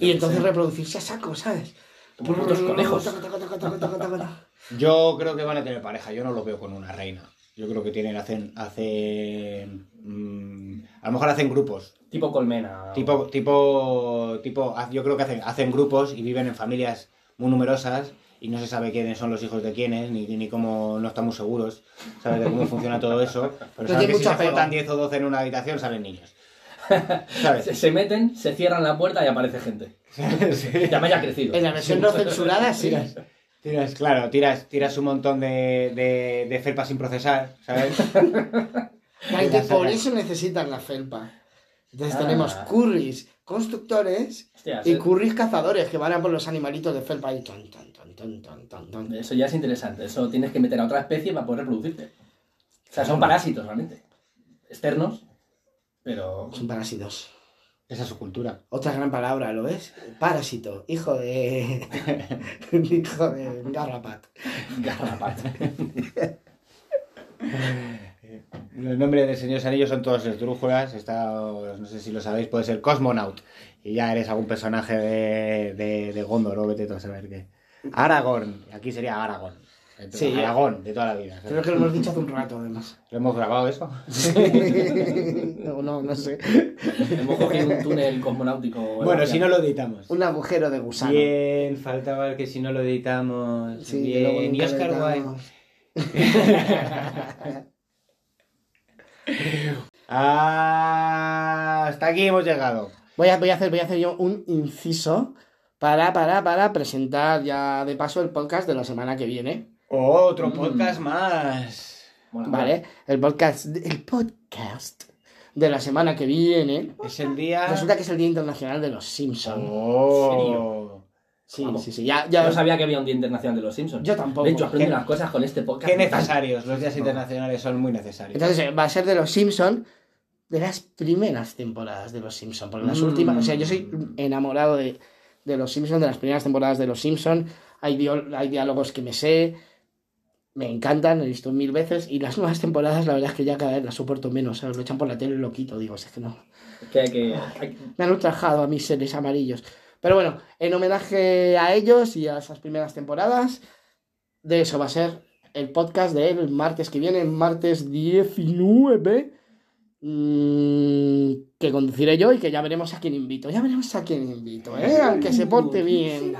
[SPEAKER 2] Y entonces reproducirse a saco, ¿sabes?
[SPEAKER 3] Como putos conejos.
[SPEAKER 2] Taca, taca, taca, taca, taca, taca, taca.
[SPEAKER 1] Yo creo que van a tener pareja, yo no los veo con una reina. Yo creo que tienen, hacen, hacen. mm, a lo mejor hacen grupos.
[SPEAKER 3] Tipo
[SPEAKER 2] Ah,
[SPEAKER 3] colmena.
[SPEAKER 1] Tipo, tipo, tipo, haz- yo creo que hacen, hacen grupos y viven en familias muy numerosas y no se sabe quiénes son los hijos de quiénes, ni, ni cómo, no estamos seguros, ¿sabes? De cómo funciona todo eso. Pero
[SPEAKER 2] tiene
[SPEAKER 1] saben que si
[SPEAKER 2] mucho
[SPEAKER 1] se
[SPEAKER 2] apego.
[SPEAKER 1] juntan 10 o 12 en una habitación salen niños. ¿Sabes?
[SPEAKER 3] Se, se meten, se cierran la puerta y aparece gente.
[SPEAKER 1] Sí.
[SPEAKER 3] Ya me haya crecido.
[SPEAKER 2] En la versión no censurada, sí.
[SPEAKER 1] Tiras, tiras, claro, tiras, tiras un montón de, de, de felpa sin procesar, ¿sabes?
[SPEAKER 2] Claro, que por eso necesitan la felpa. Entonces
[SPEAKER 3] Ah.
[SPEAKER 2] tenemos curries constructores
[SPEAKER 3] Hostia,
[SPEAKER 2] y
[SPEAKER 3] se-
[SPEAKER 2] curries cazadores que van a por los animalitos de felpa y ton, ton, ton, ton, ton, ton, ton.
[SPEAKER 3] Eso ya es interesante. Eso tienes que meter a otra especie para poder reproducirte. O sea, son parásitos realmente. Externos, pero.
[SPEAKER 2] Son parásitos.
[SPEAKER 1] Esa es su cultura.
[SPEAKER 2] Otra gran palabra, ¿lo ves? Parásito, hijo de. hijo de Garrapat.
[SPEAKER 3] garrapata.
[SPEAKER 1] Los nombres del Señor Anillos son todos esdrújulas. Está, no sé si lo sabéis, puede ser Cosmonaut. Y ya eres algún personaje de, de, de Gondor, o vete tú a saber qué. Aragorn, aquí sería Aragorn.
[SPEAKER 2] Sí,
[SPEAKER 1] Sí, Aragón, de toda la vida. ¿sabes?
[SPEAKER 2] Creo que lo hemos dicho hace un rato, además.
[SPEAKER 1] ¿Lo hemos grabado eso?
[SPEAKER 2] no, no, no sé.
[SPEAKER 3] Hemos cogido un túnel cosmonáutico.
[SPEAKER 1] Bueno, si no lo editamos.
[SPEAKER 2] Un agujero de gusano.
[SPEAKER 1] Bien, faltaba el que si no lo editamos.
[SPEAKER 2] Sí, que luego
[SPEAKER 1] Bien, y
[SPEAKER 2] nunca
[SPEAKER 1] Oscar Wilde.
[SPEAKER 2] editamos.
[SPEAKER 1] Ah, hasta aquí hemos llegado.
[SPEAKER 2] Voy a, voy a hacer, voy a hacer yo un inciso para, para, para presentar ya de paso el podcast de la semana que viene.
[SPEAKER 1] Otro
[SPEAKER 3] Mm.
[SPEAKER 1] podcast más.
[SPEAKER 3] Mola,
[SPEAKER 2] ¿Vale? El podcast, el podcast de la semana que viene.
[SPEAKER 1] Es el día.
[SPEAKER 2] Resulta que es el Día Internacional de los Simpsons.
[SPEAKER 1] Oh.
[SPEAKER 2] Sí,
[SPEAKER 3] Vamos.
[SPEAKER 2] sí, sí. Ya,
[SPEAKER 3] mola.
[SPEAKER 2] ya
[SPEAKER 3] No sabía que había un Día Internacional de los Simpsons.
[SPEAKER 2] Yo tampoco.
[SPEAKER 3] De hecho, aprendí
[SPEAKER 1] Qué-
[SPEAKER 3] unas cosas con este podcast.
[SPEAKER 1] Qué necesarios. Los días internacionales son muy necesarios.
[SPEAKER 2] Entonces eh, va a ser de los Simpson de las primeras temporadas de los Simpson, porque las
[SPEAKER 3] Mm.
[SPEAKER 2] últimas, o sea, yo soy enamorado de, de los Simpson, de las primeras temporadas de los Simpson. Hay, dio- hay diálogos que me sé, me encantan, he visto mil veces y las nuevas temporadas, la verdad es que ya cada vez las soporto menos, ¿sabes? lo echan por la tele y lo quito, digo, es que no.
[SPEAKER 3] Que, que- hay-
[SPEAKER 2] Me han ultrajado a mis seres amarillos. Pero bueno, en homenaje a ellos y a esas primeras temporadas, de eso va a ser el podcast de el martes que viene, martes 19, mm, que conduciré yo y que ya veremos a quién invito. Ya veremos a quién invito, ¿eh? aunque se porte bien.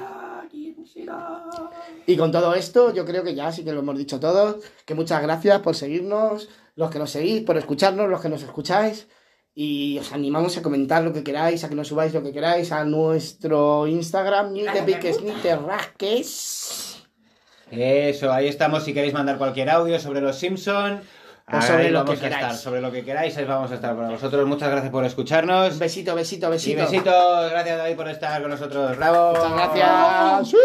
[SPEAKER 2] Y con todo esto, yo creo que ya sí que lo hemos dicho todo. Que muchas gracias por seguirnos, los que nos seguís, por escucharnos, los que nos escucháis. Y os animamos a comentar lo que queráis, a que nos subáis lo que queráis a nuestro Instagram, ni te piques ni te rasques.
[SPEAKER 1] Eso, ahí estamos. Si queréis mandar cualquier audio sobre los Simpson,
[SPEAKER 2] O sobre
[SPEAKER 1] ahí
[SPEAKER 2] lo
[SPEAKER 1] vamos
[SPEAKER 2] que
[SPEAKER 1] a estar.
[SPEAKER 2] queráis.
[SPEAKER 1] Sobre lo que queráis, ahí vamos a estar para vosotros. Muchas gracias por escucharnos.
[SPEAKER 2] Besito, besito,
[SPEAKER 1] Y
[SPEAKER 2] besito.
[SPEAKER 1] besitos. Gracias, David, por estar con nosotros. ¡Bravo!
[SPEAKER 2] Muchas gracias.